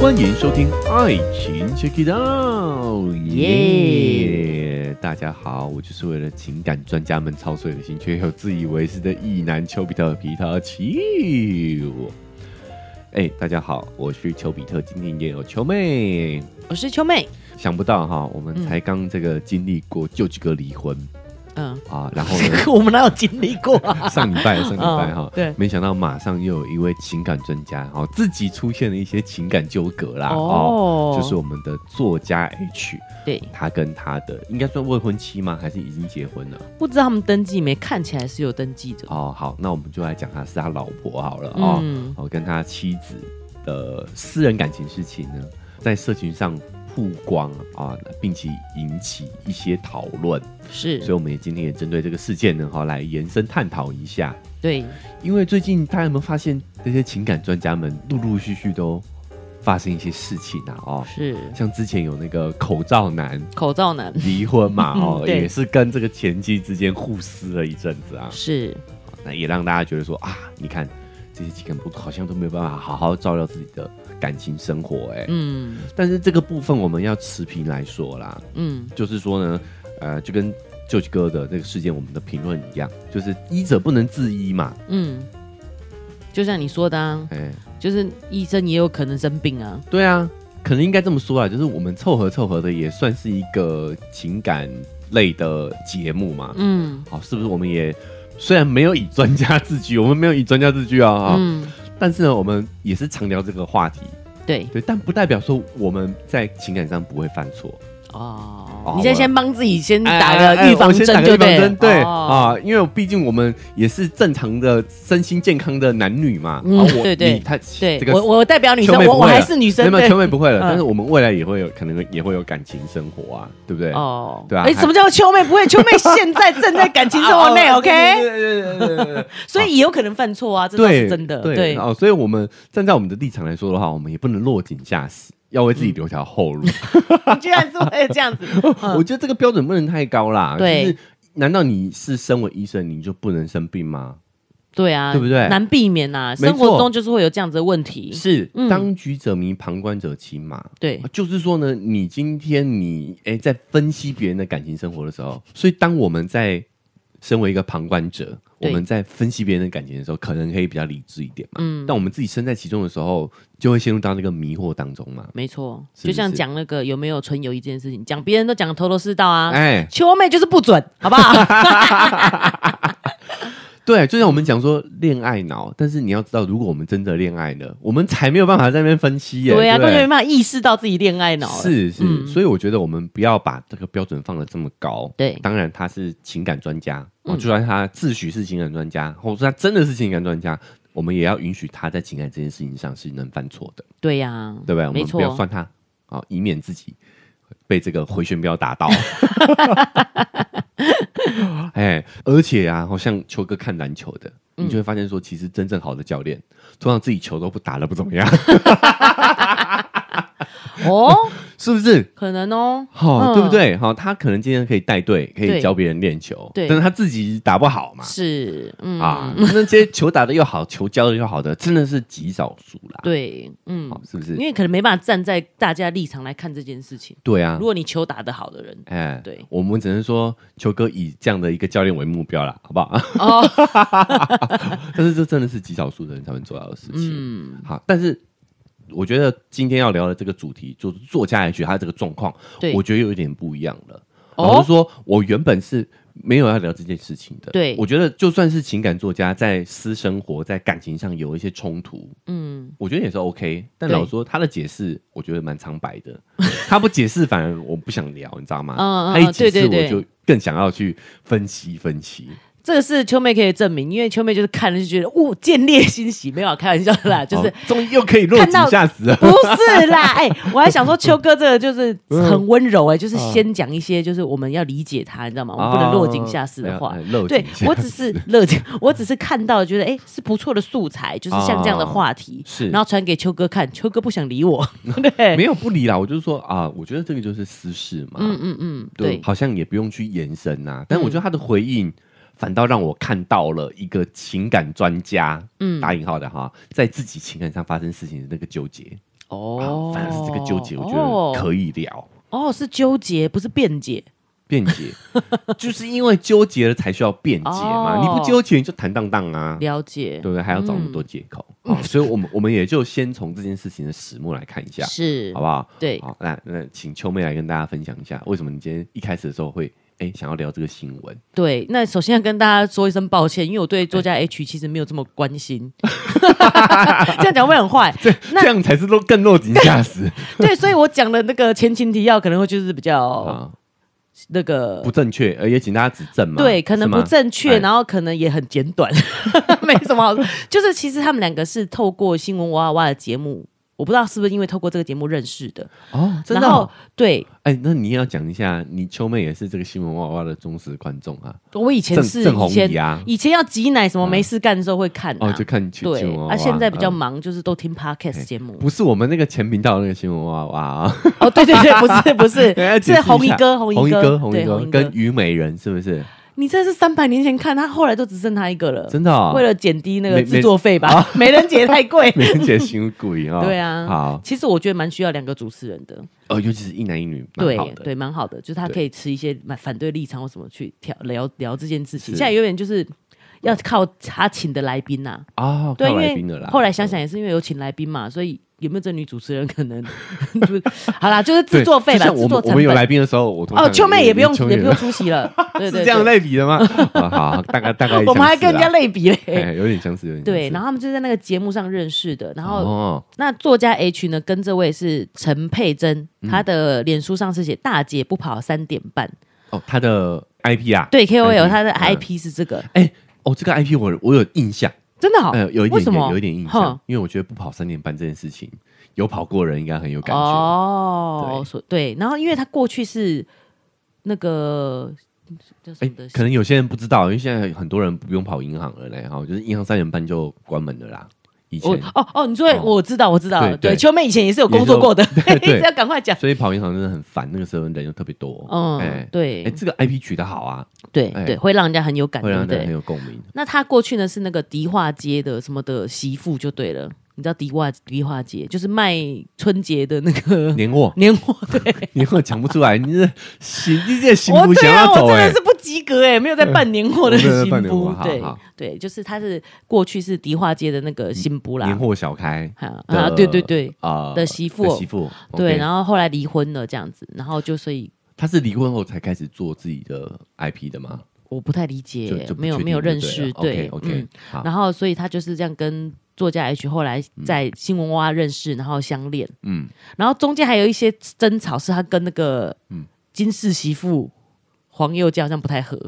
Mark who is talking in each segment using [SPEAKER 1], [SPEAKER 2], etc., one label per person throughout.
[SPEAKER 1] 欢迎收听《爱情 Check It Out》，耶！大家好，我就是为了情感专家们操碎了心却又自以为是的意男丘比特皮特丘。哎、大家好，我是丘比特，今天也有丘妹。
[SPEAKER 2] 我是秋妹，
[SPEAKER 1] 想不到哈，我们
[SPEAKER 2] 嗯
[SPEAKER 1] 才刚这个经历过舅舅哥离婚、
[SPEAKER 2] 嗯，
[SPEAKER 1] 啊，然后呢，
[SPEAKER 2] 我们哪有经历过啊？
[SPEAKER 1] 上礼拜上礼拜哈、
[SPEAKER 2] 嗯对
[SPEAKER 1] 没想到马上又有一位情感专家，然后自己出现了一些情感纠葛啦，哦，就是我们的作家 H。
[SPEAKER 2] 对，
[SPEAKER 1] 他跟他的应该算未婚妻吗？还是已经结婚了？
[SPEAKER 2] 不知道他们登记没？看起来是有登记的。
[SPEAKER 1] 哦，好，那我们就来讲他是他老婆好了哦。
[SPEAKER 2] 嗯，
[SPEAKER 1] 哦，跟他妻子的私人感情事情呢，在社群上曝光啊，并且引起一些讨论，所以
[SPEAKER 2] 是，
[SPEAKER 1] 我们也今天也针对这个事件呢，哈、来延伸探讨一下。
[SPEAKER 2] 对，
[SPEAKER 1] 因为最近大家有没有发现，这些情感专家们陆陆续续都发生一些事情啊？哦，
[SPEAKER 2] 是
[SPEAKER 1] 像之前有那个口罩男。
[SPEAKER 2] 口罩男，
[SPEAKER 1] 离婚嘛，哦，
[SPEAKER 2] 嗯对
[SPEAKER 1] 也是跟这个前妻之间互撕了一阵子啊，
[SPEAKER 2] 是
[SPEAKER 1] 那也让大家觉得说啊，你看这些情感部好像都没有办法好好照料自己的感情生活、哎、
[SPEAKER 2] 嗯
[SPEAKER 1] 但是这个部分我们要持平来说啦，
[SPEAKER 2] 嗯，
[SPEAKER 1] 就是说呢，呃，就跟舅舅哥的这个事件我们的评论一样，就是医者不能自医嘛，
[SPEAKER 2] 嗯，就像你说的、啊，
[SPEAKER 1] 哎、
[SPEAKER 2] 就是医生也有可能生病啊。
[SPEAKER 1] 对啊，可能应该这么说啊，就是我们凑合凑合的也算是一个情感类的节目嘛，
[SPEAKER 2] 嗯
[SPEAKER 1] 好、是不是我们也虽然没有以专家自居，我们没有以专家自居啊、啊
[SPEAKER 2] 嗯，
[SPEAKER 1] 但是呢，我们也是常聊这个话题，
[SPEAKER 2] 对
[SPEAKER 1] 对，但不代表说我们在情感上不会犯错，
[SPEAKER 2] 哦
[SPEAKER 1] 哦，
[SPEAKER 2] 你先
[SPEAKER 1] 我
[SPEAKER 2] 先帮自己先嗯打
[SPEAKER 1] 哎哎
[SPEAKER 2] 个
[SPEAKER 1] 哎
[SPEAKER 2] 预防
[SPEAKER 1] 我先打
[SPEAKER 2] 针
[SPEAKER 1] 个预防
[SPEAKER 2] 就对了
[SPEAKER 1] 针，对、
[SPEAKER 2] 哦
[SPEAKER 1] 啊，因为毕竟我们也是正常的身心健康的男女嘛，
[SPEAKER 2] 嗯
[SPEAKER 1] 啊，我
[SPEAKER 2] 对对
[SPEAKER 1] 你他
[SPEAKER 2] 对
[SPEAKER 1] 这，个
[SPEAKER 2] 我我代表女
[SPEAKER 1] 秋
[SPEAKER 2] 生，
[SPEAKER 1] 妹
[SPEAKER 2] 我
[SPEAKER 1] 不
[SPEAKER 2] 我
[SPEAKER 1] 会
[SPEAKER 2] 还
[SPEAKER 1] 了
[SPEAKER 2] 是女
[SPEAKER 1] 没
[SPEAKER 2] 生，
[SPEAKER 1] 有没有
[SPEAKER 2] 对
[SPEAKER 1] 全美不会了，
[SPEAKER 2] 嗯
[SPEAKER 1] 但是我们未来也会有可能也会有感情生活啊，对不对？
[SPEAKER 2] 哦，
[SPEAKER 1] 对啊
[SPEAKER 2] 哎，
[SPEAKER 1] 还
[SPEAKER 2] 什么叫秋妹不会？秋妹现在正在感情生 活内
[SPEAKER 1] 啊
[SPEAKER 2] ，OK，
[SPEAKER 1] 对对对对对对对
[SPEAKER 2] 所以也有可能犯错啊，这倒
[SPEAKER 1] 对，
[SPEAKER 2] 是真的。
[SPEAKER 1] 对
[SPEAKER 2] 哦对，
[SPEAKER 1] 哦，所以我们站在我们的立场来说的话，我们也不能落井下石，要为自
[SPEAKER 2] 嗯
[SPEAKER 1] 己留条后 路。
[SPEAKER 2] 居然是会这样子，
[SPEAKER 1] 我觉得这个标准不能太高啦。
[SPEAKER 2] 嗯对
[SPEAKER 1] 就是难道你是身为医生，你就不能生病吗？
[SPEAKER 2] 对啊，
[SPEAKER 1] 对不对
[SPEAKER 2] 难避免呐，
[SPEAKER 1] 没错
[SPEAKER 2] 生活中就是会有这样子的问题。
[SPEAKER 1] 是
[SPEAKER 2] 嗯
[SPEAKER 1] 当局者迷，旁观者清嘛。
[SPEAKER 2] 对，
[SPEAKER 1] 就是说呢，你今天你哎在分析别人的感情生活的时候，所以当我们在身为一个旁观者，我
[SPEAKER 2] 对
[SPEAKER 1] 们在分析别人的感情的时候，可能可以比较理智一点嘛。
[SPEAKER 2] 嗯
[SPEAKER 1] 但我们自己身在其中的时候，就会陷入到那个迷惑当中嘛。
[SPEAKER 2] 没错，
[SPEAKER 1] 是
[SPEAKER 2] 就像
[SPEAKER 1] 是
[SPEAKER 2] 讲那个有没有纯友谊这件事情，讲别人都讲得头头是道啊，
[SPEAKER 1] 哎，
[SPEAKER 2] 秋妹就是不准，好不 好？
[SPEAKER 1] 对，就像我们讲说恋爱脑，但是你要知道，如果我们真的恋爱了，我们才没有办法在那边分析耶。
[SPEAKER 2] 对啊，
[SPEAKER 1] 不
[SPEAKER 2] 都没办法意识到自己恋爱脑了。
[SPEAKER 1] 是是、
[SPEAKER 2] 嗯
[SPEAKER 1] 所以我觉得我们不要把这个标准放的这么高。
[SPEAKER 2] 对，
[SPEAKER 1] 当然他是情感专家，哦，
[SPEAKER 2] 嗯
[SPEAKER 1] 就算他自诩是情感专家，或者说他真的是情感专家，我们也要允许他在情感这件事情上是能犯错的，
[SPEAKER 2] 对呀，
[SPEAKER 1] 对不对？我
[SPEAKER 2] 没
[SPEAKER 1] 们不要
[SPEAKER 2] 错，
[SPEAKER 1] 算他哦，以免自己被这个回旋镖打 到。哎，而且啊，好像球哥看篮球的，
[SPEAKER 2] 嗯
[SPEAKER 1] 你就会发现说，其实真正好的教练，通常自己球都不打的不怎么样，
[SPEAKER 2] 哦，
[SPEAKER 1] 是不是？
[SPEAKER 2] 可能 哦，
[SPEAKER 1] 好、
[SPEAKER 2] 嗯
[SPEAKER 1] 对不对？好、他可能今天可以带队，可以
[SPEAKER 2] 对
[SPEAKER 1] 教别人练球，
[SPEAKER 2] 对
[SPEAKER 1] 但是他自己打不好嘛。
[SPEAKER 2] 是，嗯，
[SPEAKER 1] 啊，那些球打的又好，球教的又好的，真的是极少数啦。
[SPEAKER 2] 对，嗯，
[SPEAKER 1] 好，是不是
[SPEAKER 2] 因？为可能没办法站在大家立场来看这件事情。
[SPEAKER 1] 对啊
[SPEAKER 2] 如，果你球打得好的人，
[SPEAKER 1] 哎，
[SPEAKER 2] 对
[SPEAKER 1] 我们只能说球哥以这样的一个教练为目标啦，好不好？
[SPEAKER 2] 哦，
[SPEAKER 1] 但是这真的是极少数的人才会做到的事情。
[SPEAKER 2] 嗯，
[SPEAKER 1] 好，但是我觉得今天要聊的这个主题，就是作家来学他这个状况，
[SPEAKER 2] 对
[SPEAKER 1] 我觉得有一点不一样了。
[SPEAKER 2] 哦
[SPEAKER 1] 老实说，我原本是没有要聊这件事情的。
[SPEAKER 2] 对
[SPEAKER 1] 我觉得就算是情感作家，在私生活、在感情上有一些冲突，
[SPEAKER 2] 嗯，
[SPEAKER 1] 我觉得也是 OK，但
[SPEAKER 2] 对
[SPEAKER 1] 老实说他的解释我觉得蛮苍白 的，他不解释反而我不想聊，你知道吗？
[SPEAKER 2] 嗯嗯
[SPEAKER 1] 他一解释
[SPEAKER 2] 对对
[SPEAKER 1] 我
[SPEAKER 2] 对
[SPEAKER 1] 就更想要去分析分析。
[SPEAKER 2] 这个是秋妹可以证明，因为秋妹就是看了就觉得，哦，见猎心喜，没有啊开玩笑 的啦，就是、
[SPEAKER 1] 哦终于又可以落井下石了。
[SPEAKER 2] 不是啦，哎、我还想说秋哥这 个就是
[SPEAKER 1] 嗯
[SPEAKER 2] 很温柔、哎，就是先讲一些，就是我们要理解他，你知道吗？哦我们不能落井下石的
[SPEAKER 1] 哦
[SPEAKER 2] 话。
[SPEAKER 1] 哎落
[SPEAKER 2] 对
[SPEAKER 1] 井下
[SPEAKER 2] 我只是 乐见，我只是看到觉得哎、是不错的素材，就是像这样的话题，
[SPEAKER 1] 哦是哦
[SPEAKER 2] 然后传给秋哥看，秋哥不想理我，对，
[SPEAKER 1] 没有不理啦，我就是说啊，我觉得这个就是私事嘛，
[SPEAKER 2] 嗯嗯嗯，
[SPEAKER 1] 对，
[SPEAKER 2] 对，
[SPEAKER 1] 啊
[SPEAKER 2] 嗯
[SPEAKER 1] 好像也不用去延伸呐、但我觉得他的回应反倒让我看到了一个情感专家，
[SPEAKER 2] 嗯
[SPEAKER 1] 打引号的哈，在自己情感上发生事情的那个纠结，啊
[SPEAKER 2] 哦
[SPEAKER 1] 反而是这个纠结，我觉得可以聊。
[SPEAKER 2] 哦哦，是纠结，不是辩解。
[SPEAKER 1] 辩解， 就是因为纠结了才需要辩解嘛。
[SPEAKER 2] 哦
[SPEAKER 1] 你不纠结，你就坦荡荡啊，
[SPEAKER 2] 了解
[SPEAKER 1] 对，不对？还要找那
[SPEAKER 2] 嗯
[SPEAKER 1] 么多借口、好所以我们我们也就先从这件事情的始末来看一下，
[SPEAKER 2] 是
[SPEAKER 1] 好不好？
[SPEAKER 2] 对，
[SPEAKER 1] 好，那那请秋妹来跟大家分享一下，为什么你今天一开始的时候会哎想要聊这个新闻？
[SPEAKER 2] 对，那首先要跟大家说一声抱歉，因为我对作家 H 其实没有这么关 心， 这样讲会很坏。那
[SPEAKER 1] 这样才是落更落井下 石
[SPEAKER 2] 对，所以我讲的那个前情提要可能会就是比较
[SPEAKER 1] 啊，
[SPEAKER 2] 那个
[SPEAKER 1] 不正确，呃，也请大家指正嘛。
[SPEAKER 2] 对，可能
[SPEAKER 1] 是吗
[SPEAKER 2] 不正确，
[SPEAKER 1] 哎
[SPEAKER 2] 然后可能也很简短， 没什么好。就是其实他们两个是透过新闻哇哇哇的节目，我不知道是不是因为透过这个节目认识的。
[SPEAKER 1] 哦，真的
[SPEAKER 2] 然后
[SPEAKER 1] 哦。
[SPEAKER 2] 对
[SPEAKER 1] 哎，那你也要讲一下，你秋妹也是这个新闻哇哇的忠实观众啊。
[SPEAKER 2] 我以前
[SPEAKER 1] 郑
[SPEAKER 2] 是
[SPEAKER 1] 郑红
[SPEAKER 2] 以前
[SPEAKER 1] 怡啊
[SPEAKER 2] 以前要挤奶什么没事干的时候会看、啊
[SPEAKER 1] 哦，就看秋
[SPEAKER 2] 对
[SPEAKER 1] 新闻哇，哇。
[SPEAKER 2] 啊，现在比较
[SPEAKER 1] 嗯
[SPEAKER 2] 忙，就是都听 podcast 节目。
[SPEAKER 1] 不是我们那个前频道的那个新闻哇哇 啊，
[SPEAKER 2] 哦，对对对，不是 不是
[SPEAKER 1] 等一下，解释
[SPEAKER 2] 是
[SPEAKER 1] 一下
[SPEAKER 2] 红衣哥，红
[SPEAKER 1] 红
[SPEAKER 2] 衣
[SPEAKER 1] 衣
[SPEAKER 2] 哥，
[SPEAKER 1] 哥，红
[SPEAKER 2] 对
[SPEAKER 1] 衣哥
[SPEAKER 2] 红衣
[SPEAKER 1] 跟
[SPEAKER 2] 哥。
[SPEAKER 1] 虞美人是不是？
[SPEAKER 2] 你这是三百年前看他，后来都只剩他一个了，
[SPEAKER 1] 真的哦
[SPEAKER 2] 呃为 了减低那个
[SPEAKER 1] 没啊
[SPEAKER 2] 制作费吧， 美人节太 贵。
[SPEAKER 1] 美人姐心鬼哦，
[SPEAKER 2] 对啊
[SPEAKER 1] 好，
[SPEAKER 2] 其实我觉得蛮需要两个主持人的，
[SPEAKER 1] 呃，尤其是一男一女，蛮
[SPEAKER 2] 对
[SPEAKER 1] 好的，
[SPEAKER 2] 对，蛮好的，就是他
[SPEAKER 1] 对
[SPEAKER 2] 可以持一些蛮反对立场或什么去聊聊聊这件事情。
[SPEAKER 1] 是
[SPEAKER 2] 现在有点就是要靠他请的来宾呐，
[SPEAKER 1] 啊，
[SPEAKER 2] 对，
[SPEAKER 1] 靠
[SPEAKER 2] 因
[SPEAKER 1] 来宾的
[SPEAKER 2] 为
[SPEAKER 1] 啦，
[SPEAKER 2] 后来想想也是因为有请来宾嘛，所以有没有这女主持人可能 就好啦，就是制作费吧，
[SPEAKER 1] 对就像
[SPEAKER 2] 制
[SPEAKER 1] 我
[SPEAKER 2] 作
[SPEAKER 1] 们我
[SPEAKER 2] 成
[SPEAKER 1] 们有
[SPEAKER 2] 本。
[SPEAKER 1] 来宾的时候，我通常
[SPEAKER 2] 哦，秋妹也不用
[SPEAKER 1] 秋妹
[SPEAKER 2] 也不用出席了，对对
[SPEAKER 1] 是这样
[SPEAKER 2] 对，
[SPEAKER 1] 类比 的吗？啊好，大概大概，
[SPEAKER 2] 我们还跟人家类比嘞。
[SPEAKER 1] 啊哎，有点相似，有点
[SPEAKER 2] 对，然
[SPEAKER 1] 后
[SPEAKER 2] 后他们就在那个节目上认识的，然后
[SPEAKER 1] 哦，
[SPEAKER 2] 那作家 H 呢，跟这位是陈佩珍，她的脸书上是写“大姐不跑三点半
[SPEAKER 1] 哦，他的 IP 啊，”，
[SPEAKER 2] 对 KOL 她的
[SPEAKER 1] 嗯
[SPEAKER 2] IP 是这个，
[SPEAKER 1] 哎，哦，这个 IP 我我有印象，
[SPEAKER 2] 真的好，
[SPEAKER 1] 呃，有一
[SPEAKER 2] 为
[SPEAKER 1] 点
[SPEAKER 2] 什么
[SPEAKER 1] 有一点印象
[SPEAKER 2] 哼，
[SPEAKER 1] 因为我觉得不跑三点半这件事情，有跑过人应该很有感觉。
[SPEAKER 2] 哦
[SPEAKER 1] 对，
[SPEAKER 2] 所对，然后因为她过去是那个叫什
[SPEAKER 1] 哎
[SPEAKER 2] 么的，
[SPEAKER 1] 可能有些人不知道，因为现在很多人不用跑银行了嘞，哈，就是银行三点半就关门了啦。以
[SPEAKER 2] 我
[SPEAKER 1] 前，
[SPEAKER 2] 哦哦，你说
[SPEAKER 1] 哦
[SPEAKER 2] 我知道我知道
[SPEAKER 1] 对，对
[SPEAKER 2] 对，秋妹以前也是有工作过的，
[SPEAKER 1] 也是有对 哎
[SPEAKER 2] 一直要 赶快讲，
[SPEAKER 1] 所以跑银行真的很烦，那个时候人又特别多。
[SPEAKER 2] 嗯
[SPEAKER 1] 哎，
[SPEAKER 2] 对
[SPEAKER 1] 哎，这个 IP 取得好啊，
[SPEAKER 2] 对
[SPEAKER 1] 哎
[SPEAKER 2] 对，会让人家很有感，
[SPEAKER 1] 会
[SPEAKER 2] 对
[SPEAKER 1] 让
[SPEAKER 2] 不
[SPEAKER 1] 人
[SPEAKER 2] 对
[SPEAKER 1] 很？有共鸣。
[SPEAKER 2] 那他过去呢是那个迪化街的什么的媳妇就对了，你知道迪化迪化街就是卖春节的那个
[SPEAKER 1] 年货，
[SPEAKER 2] 年货， 对，
[SPEAKER 1] 年货讲不出来，你这行，你这行
[SPEAKER 2] 我
[SPEAKER 1] 不
[SPEAKER 2] 对
[SPEAKER 1] 想
[SPEAKER 2] 啊，
[SPEAKER 1] 要
[SPEAKER 2] 我
[SPEAKER 1] 走
[SPEAKER 2] 真
[SPEAKER 1] 哎嗯
[SPEAKER 2] 的是。不及格哎、没有在办年货的
[SPEAKER 1] 我没有在
[SPEAKER 2] 新
[SPEAKER 1] 办年货
[SPEAKER 2] 布
[SPEAKER 1] 好，
[SPEAKER 2] 对
[SPEAKER 1] 好
[SPEAKER 2] 对，就是他是过去是迪化街的那个新布
[SPEAKER 1] 年
[SPEAKER 2] 啦，
[SPEAKER 1] 货小开
[SPEAKER 2] 啊
[SPEAKER 1] 嗯的
[SPEAKER 2] 啊，对对对。
[SPEAKER 1] 啊
[SPEAKER 2] 的媳妇
[SPEAKER 1] 媳妇
[SPEAKER 2] 对，
[SPEAKER 1] 后
[SPEAKER 2] 然后后来离婚了这样子，然后就所以
[SPEAKER 1] 他是离婚后才开始做自己的 IP 的吗？
[SPEAKER 2] 我不太理
[SPEAKER 1] 就
[SPEAKER 2] 解
[SPEAKER 1] 就，
[SPEAKER 2] 没有没有认识，对
[SPEAKER 1] 啊哦 OK
[SPEAKER 2] 嗯
[SPEAKER 1] OK，好，
[SPEAKER 2] 然后所以他就是这样跟作家 H 后来在新闻蛙认识，然后相恋，
[SPEAKER 1] 嗯，
[SPEAKER 2] 然后中间还有一些争吵，是他跟那个
[SPEAKER 1] 嗯
[SPEAKER 2] 金氏媳妇黄宥嘉好像不太合，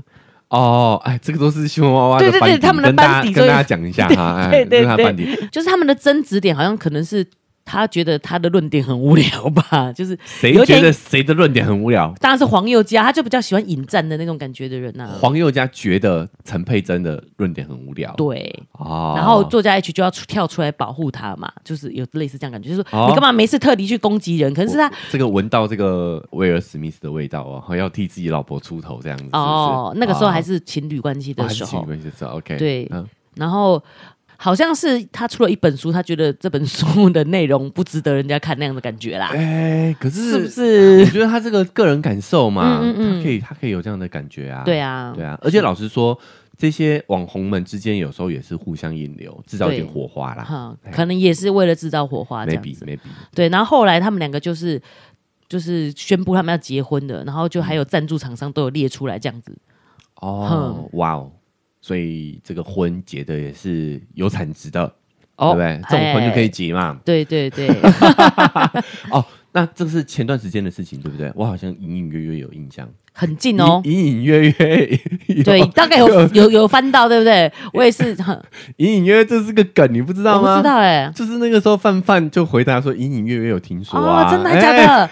[SPEAKER 1] 哦，哎，这个都是新闻娃娃的
[SPEAKER 2] 对对对
[SPEAKER 1] 班底
[SPEAKER 2] 他们的
[SPEAKER 1] 跟大家
[SPEAKER 2] 班底
[SPEAKER 1] 跟
[SPEAKER 2] 所以
[SPEAKER 1] 大家讲一下哈，哎，
[SPEAKER 2] 对对
[SPEAKER 1] 这是他的
[SPEAKER 2] 对
[SPEAKER 1] 班底
[SPEAKER 2] 就是他们的争执点好像可能是他觉得他的论点很无聊吧， 就是
[SPEAKER 1] 谁
[SPEAKER 2] 有
[SPEAKER 1] 觉
[SPEAKER 2] 点
[SPEAKER 1] 得谁的论点很无聊？
[SPEAKER 2] 当然是黄宥嘉，他就比较喜欢引战的那种感觉的人呐、啊。
[SPEAKER 1] 黄宥嘉觉得陈佩珍的论点很无聊，
[SPEAKER 2] 对，
[SPEAKER 1] 哦，
[SPEAKER 2] 然后作家 H 就要出跳出来保护他嘛，就是有类似这样感觉，就是说、
[SPEAKER 1] 哦
[SPEAKER 2] 你干嘛没事特地去攻击人？可是他
[SPEAKER 1] 我 这个闻到这个威尔史密斯的味道哦，好要替自己老婆出头这样子，是不是
[SPEAKER 2] 哦，那个时候还
[SPEAKER 1] 哦
[SPEAKER 2] 是情侣关系
[SPEAKER 1] 哦
[SPEAKER 2] 的
[SPEAKER 1] 还
[SPEAKER 2] 时
[SPEAKER 1] 是
[SPEAKER 2] 候
[SPEAKER 1] 情侣，关系的时候，OK，
[SPEAKER 2] 对
[SPEAKER 1] 嗯
[SPEAKER 2] 然后好像是他出了一本书，他觉得这本书的内容不值得人家看那样的感觉啦，
[SPEAKER 1] 哎，可
[SPEAKER 2] 啊是不
[SPEAKER 1] 是我
[SPEAKER 2] 是？
[SPEAKER 1] 觉得他这个个人感受嘛，
[SPEAKER 2] 嗯嗯嗯
[SPEAKER 1] 他可以他可以有这样的感觉啊，
[SPEAKER 2] 对啊，
[SPEAKER 1] 对啊，而且老实说，这些网红们之间有时候也是互相引流，制造一点
[SPEAKER 2] 对
[SPEAKER 1] 火花啦。
[SPEAKER 2] 哈、可能也是为了制造火花这样
[SPEAKER 1] 啊 maybe
[SPEAKER 2] 子。
[SPEAKER 1] maybe
[SPEAKER 2] 对，然后后来他们两个就是就是宣布他们要结婚的，然后就还有赞助厂商都有列出来这样子。
[SPEAKER 1] 哦，哇哦，所以这个婚结的也是有产值的，对不对？这种婚就可以
[SPEAKER 2] 哦哎。
[SPEAKER 1] 结嘛。
[SPEAKER 2] 对 对对，
[SPEAKER 1] 哦，那这是前段时间的事情，对不对？我好像隐隐约约有印象，
[SPEAKER 2] 很近哦。
[SPEAKER 1] 隐隐约约，有
[SPEAKER 2] 对，大概有有有翻到，对不对？我也是，哼
[SPEAKER 1] 隐隐约约，这是个梗，你不知
[SPEAKER 2] 我
[SPEAKER 1] 道
[SPEAKER 2] 不
[SPEAKER 1] 吗？
[SPEAKER 2] 知道哎。
[SPEAKER 1] 就是那个时候，范范就回答说：“隐隐约约有听说
[SPEAKER 2] 哦
[SPEAKER 1] 啊，，
[SPEAKER 2] 真的还假的？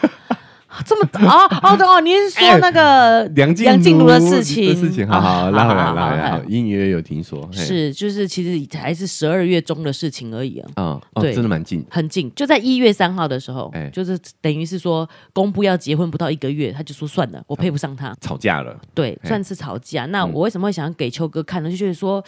[SPEAKER 2] 这么哦哦对哦，您是说那个
[SPEAKER 1] 哎梁静
[SPEAKER 2] 梁静茹
[SPEAKER 1] 的
[SPEAKER 2] 的事情
[SPEAKER 1] 事情，好好
[SPEAKER 2] 啊
[SPEAKER 1] 拉回
[SPEAKER 2] 好
[SPEAKER 1] 来，
[SPEAKER 2] 好
[SPEAKER 1] 拉回来，
[SPEAKER 2] 好
[SPEAKER 1] 好，隐隐约约有听说，嘿，
[SPEAKER 2] 是就是其实才是十二月中的事情而已啊。
[SPEAKER 1] 啊，哦，
[SPEAKER 2] 对
[SPEAKER 1] 真的蛮近的，
[SPEAKER 2] 很近，就在一月三号的时候，
[SPEAKER 1] 哎
[SPEAKER 2] 就是等于是说公布要结婚不到一个月，他就说算了，我配不上他，
[SPEAKER 1] 吵架 了，
[SPEAKER 2] 对，
[SPEAKER 1] 哎
[SPEAKER 2] 算是吵架。那我为什么会想要给秋哥看呢？就觉得说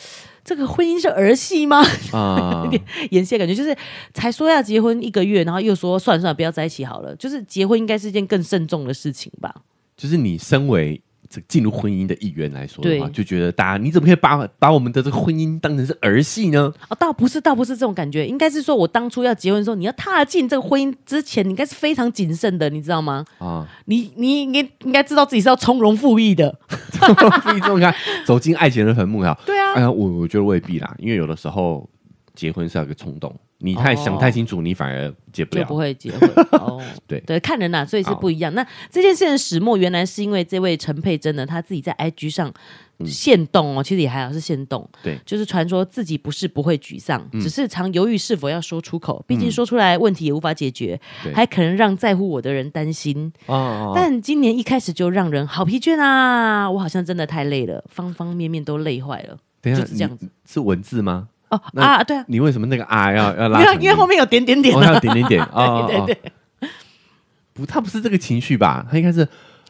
[SPEAKER 2] 这个婚姻是儿戏吗？
[SPEAKER 1] 啊，
[SPEAKER 2] 演戏的感觉就是才说要结婚一个月，然后又说算了算了，不要在一起好了。就是结婚应该是一件更慎重的事情吧？
[SPEAKER 1] 就是你身为这个进入婚姻的一员来说的话，
[SPEAKER 2] 对
[SPEAKER 1] 就觉得大家你怎么可以把把我们的这个婚姻当成是儿戏呢？
[SPEAKER 2] 哦，倒不是，倒不是这种感觉，应该是说我当初要结婚的时候，你要踏进这个婚姻之前，你应该是非常谨慎的，你知道吗？
[SPEAKER 1] 啊，
[SPEAKER 2] 你你应该应该知道自己是要从容赴义的，
[SPEAKER 1] 非重看走进爱情的坟墓呀。
[SPEAKER 2] 对啊，
[SPEAKER 1] 哎呀，我我觉得未必啦，因为有的时候结婚是要有一个冲动，你太
[SPEAKER 2] 哦
[SPEAKER 1] 想太清楚，你反而结不
[SPEAKER 2] 就
[SPEAKER 1] 了
[SPEAKER 2] 不。会结 婚哦。
[SPEAKER 1] 对
[SPEAKER 2] 对，看人呐、所以是不一样。那这件事的始末，原来是因为这位陈佩珍呢，她自己在 IG 上限动哦，其实也还好是限动，
[SPEAKER 1] 嗯对嗯
[SPEAKER 2] 就是传说自己不是不会沮丧，只是常犹豫是否要说出口，毕竟说出来问题也无法解决，
[SPEAKER 1] 对
[SPEAKER 2] 还可能让在乎我的人担心。
[SPEAKER 1] 哦哦哦
[SPEAKER 2] 但今年一开始就让人好疲倦啊，我好像真的太累了，方方面面都累坏了。
[SPEAKER 1] 等一下，
[SPEAKER 2] 就是这样
[SPEAKER 1] 你是文字吗？
[SPEAKER 2] 哦
[SPEAKER 1] 那
[SPEAKER 2] 啊，对啊，
[SPEAKER 1] 你为什么那个啊要要拉
[SPEAKER 2] 没
[SPEAKER 1] 长
[SPEAKER 2] 有，
[SPEAKER 1] 音？
[SPEAKER 2] 因为后面有点点点
[SPEAKER 1] 哦，
[SPEAKER 2] 啊
[SPEAKER 1] 他有点点 点哦，
[SPEAKER 2] 对
[SPEAKER 1] 哦
[SPEAKER 2] 对
[SPEAKER 1] 哦不，他不是这个情绪吧？他应该是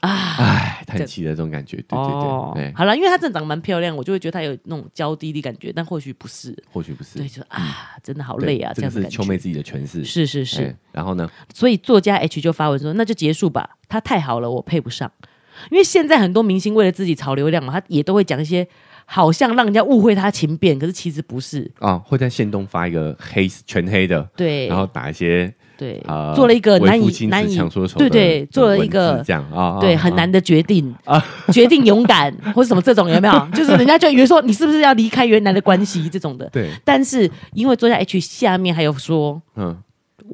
[SPEAKER 1] 啊，唉，叹气的这种感觉，对对对，哎，
[SPEAKER 2] 哦好了，因为她真的长得蛮漂亮，我就会觉得她有那种娇滴滴感觉，但或许不是。
[SPEAKER 1] 或许不是
[SPEAKER 2] 对，，就啊，真的好
[SPEAKER 1] 对
[SPEAKER 2] 累啊，
[SPEAKER 1] 这个
[SPEAKER 2] 这样子
[SPEAKER 1] 是
[SPEAKER 2] 感
[SPEAKER 1] 秋
[SPEAKER 2] 觉。
[SPEAKER 1] 妹自己的诠释，
[SPEAKER 2] 是是是，
[SPEAKER 1] 哎然后呢，
[SPEAKER 2] 所以作家 H 就发文说，那就结束吧，他太好了，我配不上。因为现在很多明星为了自己炒流量嘛，他也都会讲一些好像让人家误会他情变，可是其实不是。
[SPEAKER 1] 啊，会在线东发一个黑全黑的，
[SPEAKER 2] 对，
[SPEAKER 1] 然后打一些
[SPEAKER 2] 对、
[SPEAKER 1] 啊，
[SPEAKER 2] 做了一个
[SPEAKER 1] 为
[SPEAKER 2] 难
[SPEAKER 1] 赋
[SPEAKER 2] 以
[SPEAKER 1] 新
[SPEAKER 2] 难
[SPEAKER 1] 词
[SPEAKER 2] 以
[SPEAKER 1] 强说愁的
[SPEAKER 2] 对
[SPEAKER 1] 文字，
[SPEAKER 2] 对，做了一个
[SPEAKER 1] 这样啊，啊
[SPEAKER 2] 对
[SPEAKER 1] 啊
[SPEAKER 2] 很
[SPEAKER 1] 啊
[SPEAKER 2] 难的决 定决定勇敢或是什么这种有没有？就是人家就以为说你是不是要离开原来的关系这种的。
[SPEAKER 1] 对，
[SPEAKER 2] 但是因为作家 H 下面还有说
[SPEAKER 1] 嗯，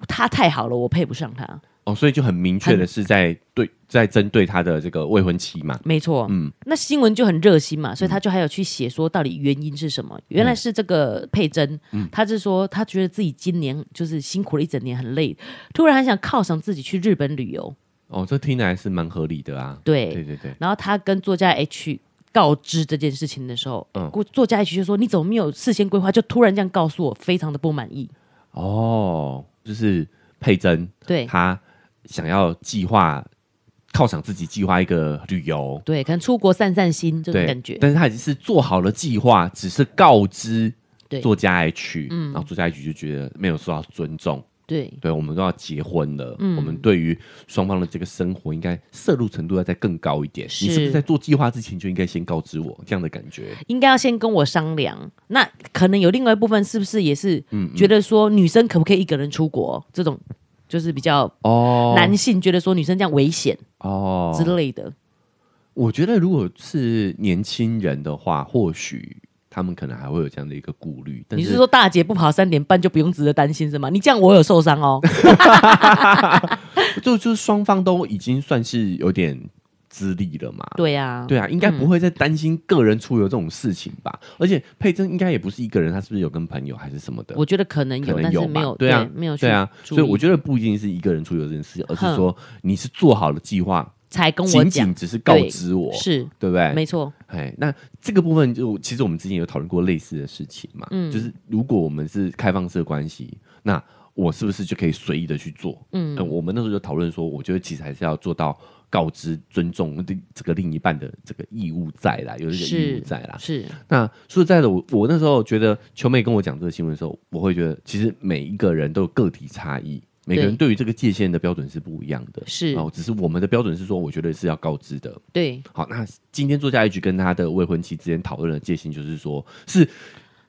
[SPEAKER 2] 他太好了，我配不上他。
[SPEAKER 1] 哦，所以就很明确的是在对在针对他的这个未婚妻嘛，
[SPEAKER 2] 没错，
[SPEAKER 1] 嗯
[SPEAKER 2] 嗯，那新闻就很热心嘛，所以他就还有去写说到底原因是什么。原来是这个佩珍，他是说他觉得自己今年就是辛苦了一整年，很累，突然很想犒赏自己去日本旅游。
[SPEAKER 1] 哦，这听来是蛮合理的啊，
[SPEAKER 2] 对，
[SPEAKER 1] 对对对，
[SPEAKER 2] 然后他跟作家 H 告知这件事情的时候，
[SPEAKER 1] 嗯
[SPEAKER 2] 顾作家 H 就说你怎么没有事先规划，就突然这样告诉我，非常的不满意。
[SPEAKER 1] 哦，就是佩珍
[SPEAKER 2] 对
[SPEAKER 1] 她想要计划犒赏自己，计划一个旅游，
[SPEAKER 2] 对，可能出国散散心这种
[SPEAKER 1] 对，
[SPEAKER 2] 感觉。
[SPEAKER 1] 但是她已经是做好了计划，只是告知
[SPEAKER 2] 对嗯
[SPEAKER 1] 作家 H，然后作家 H 就觉得没有受到尊重，
[SPEAKER 2] 对，
[SPEAKER 1] 对我们都要结婚了，
[SPEAKER 2] 嗯
[SPEAKER 1] 我们对于双方的这个生活应该摄入程度要再更高一点。你是不是
[SPEAKER 2] 是
[SPEAKER 1] 在做计划之前就应该先告知我这样的感觉？
[SPEAKER 2] 应该要先跟我商量。那可能有另外一部分是不是也是
[SPEAKER 1] 嗯
[SPEAKER 2] 觉得说女生可不可以一个人出国？这种就是比较
[SPEAKER 1] 哦
[SPEAKER 2] 男性觉得说女生这样危险
[SPEAKER 1] 哦
[SPEAKER 2] 之类的。
[SPEAKER 1] 我觉得如果是年轻人的话，或许他们可能还会有这样的一个顾虑。但
[SPEAKER 2] 你是说大姐不跑三点半就不用值得担心是吗？你这样我有受伤哦。
[SPEAKER 1] 就就是双方都已经算是有点资历了嘛？
[SPEAKER 2] 对嗯呀、
[SPEAKER 1] 对啊，应该不会再担心个人出游这种事情吧？而且佩珍应该也不是一个人，她是不是有跟朋友还是什么的？
[SPEAKER 2] 我觉得可能有，
[SPEAKER 1] 可能
[SPEAKER 2] 但是
[SPEAKER 1] 有
[SPEAKER 2] 没
[SPEAKER 1] 嘛
[SPEAKER 2] 有
[SPEAKER 1] 对啊，
[SPEAKER 2] 没有去
[SPEAKER 1] 对啊，
[SPEAKER 2] 注
[SPEAKER 1] 所以我
[SPEAKER 2] 意
[SPEAKER 1] 觉得不一定是一个人出游这件事，而是
[SPEAKER 2] 哼
[SPEAKER 1] 说你是做好了计划，
[SPEAKER 2] 才跟我
[SPEAKER 1] 仅
[SPEAKER 2] 讲
[SPEAKER 1] 仅只是告
[SPEAKER 2] 对
[SPEAKER 1] 知我，
[SPEAKER 2] 是
[SPEAKER 1] 对不对？
[SPEAKER 2] 没错，
[SPEAKER 1] 哎，那这个部分就其实我们之前有讨论过类似的事情嘛，
[SPEAKER 2] 嗯
[SPEAKER 1] 就是如果我们是开放式的关系，那我是不是就可以随意的去做？嗯、我们那时候就讨论说，我觉得其实还是要做到告知、尊重对这个另一半的这个义务在啦，有这个义务
[SPEAKER 2] 是
[SPEAKER 1] 在啦。
[SPEAKER 2] 是
[SPEAKER 1] 那说实在的，我我那时候觉得秋妹跟我讲这个新闻的时候，我会觉得其实每一个人都有个体差异，每个人对于这个界限的标准是不一样的。
[SPEAKER 2] 是
[SPEAKER 1] 哦，只是我们的标准是说，我觉得是要告知的。
[SPEAKER 2] 对，
[SPEAKER 1] 好，那今天作家一局跟他的未婚妻之间讨论的界限，就是说是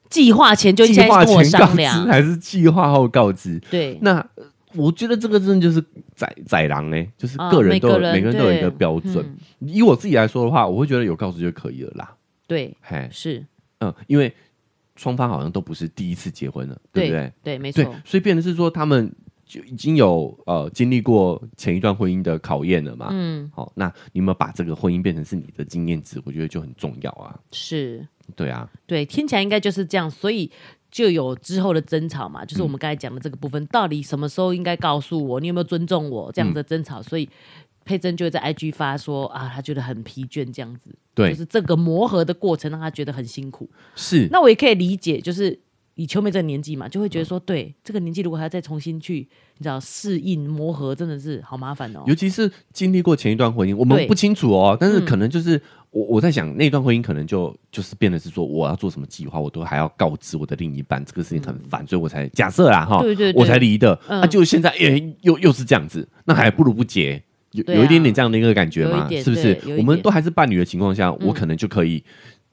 [SPEAKER 2] 计划前就应
[SPEAKER 1] 计
[SPEAKER 2] 该
[SPEAKER 1] 划
[SPEAKER 2] 跟我
[SPEAKER 1] 前告
[SPEAKER 2] 商
[SPEAKER 1] 知
[SPEAKER 2] 量，
[SPEAKER 1] 还是计划后告知？
[SPEAKER 2] 对，
[SPEAKER 1] 那呃我觉得这个真的就是宰宰狼哎、就是
[SPEAKER 2] 啊
[SPEAKER 1] 个人都有、
[SPEAKER 2] 每个人
[SPEAKER 1] 每个人都有一
[SPEAKER 2] 对嗯
[SPEAKER 1] 个 标准。以我自己来说的话，我会觉得有告知就可以了啦。
[SPEAKER 2] 对
[SPEAKER 1] 嘿，
[SPEAKER 2] 是，
[SPEAKER 1] 嗯，因为双方好像都不是第一次结婚了，对不对
[SPEAKER 2] 对？对，没
[SPEAKER 1] 对啊
[SPEAKER 2] 错，，
[SPEAKER 1] 所以变的是说他们就已经有呃经历过前一段婚姻的考验了嘛。嗯，好，那你有没有把这个婚姻变成是你的经验值？我觉得就很重要啊。
[SPEAKER 2] 是。
[SPEAKER 1] 对啊，
[SPEAKER 2] 对，听起来应该就是这样，所以就有之后的争吵嘛，就是我们刚才讲的这个部分，到底什么时候应该告诉我，你有没有尊重我这样子的争吵，所以。佩珍就会在 IG 发说啊，她觉得很疲倦这样子，
[SPEAKER 1] 对
[SPEAKER 2] 就是这个磨合的过程让她觉得很辛苦。
[SPEAKER 1] 是
[SPEAKER 2] 那我也可以理解，就是以秋妹这个年纪嘛，就会觉得说，对这个年纪如果还要再重新去，你知道适应磨合，真的是好麻烦哦。
[SPEAKER 1] 尤其是经历过前一段婚姻，我们
[SPEAKER 2] 对嗯
[SPEAKER 1] 不清楚哦，但是可能就是、我我在想，那段婚姻可能就就是变得是说，我要做什么计划，我都还要告知我的另一半，这个事情很烦，所以我才假设啦哈，
[SPEAKER 2] 嗯对对对
[SPEAKER 1] 我才离的。那、
[SPEAKER 2] 嗯
[SPEAKER 1] 就现在诶、又又是这样子，那还不如不结。有、
[SPEAKER 2] 对啊
[SPEAKER 1] 有一点点这样的一个感觉
[SPEAKER 2] 有
[SPEAKER 1] 嘛
[SPEAKER 2] 一，点
[SPEAKER 1] 是不是
[SPEAKER 2] 对有一？点
[SPEAKER 1] 我们都还是伴侣的情况下，我可能就可以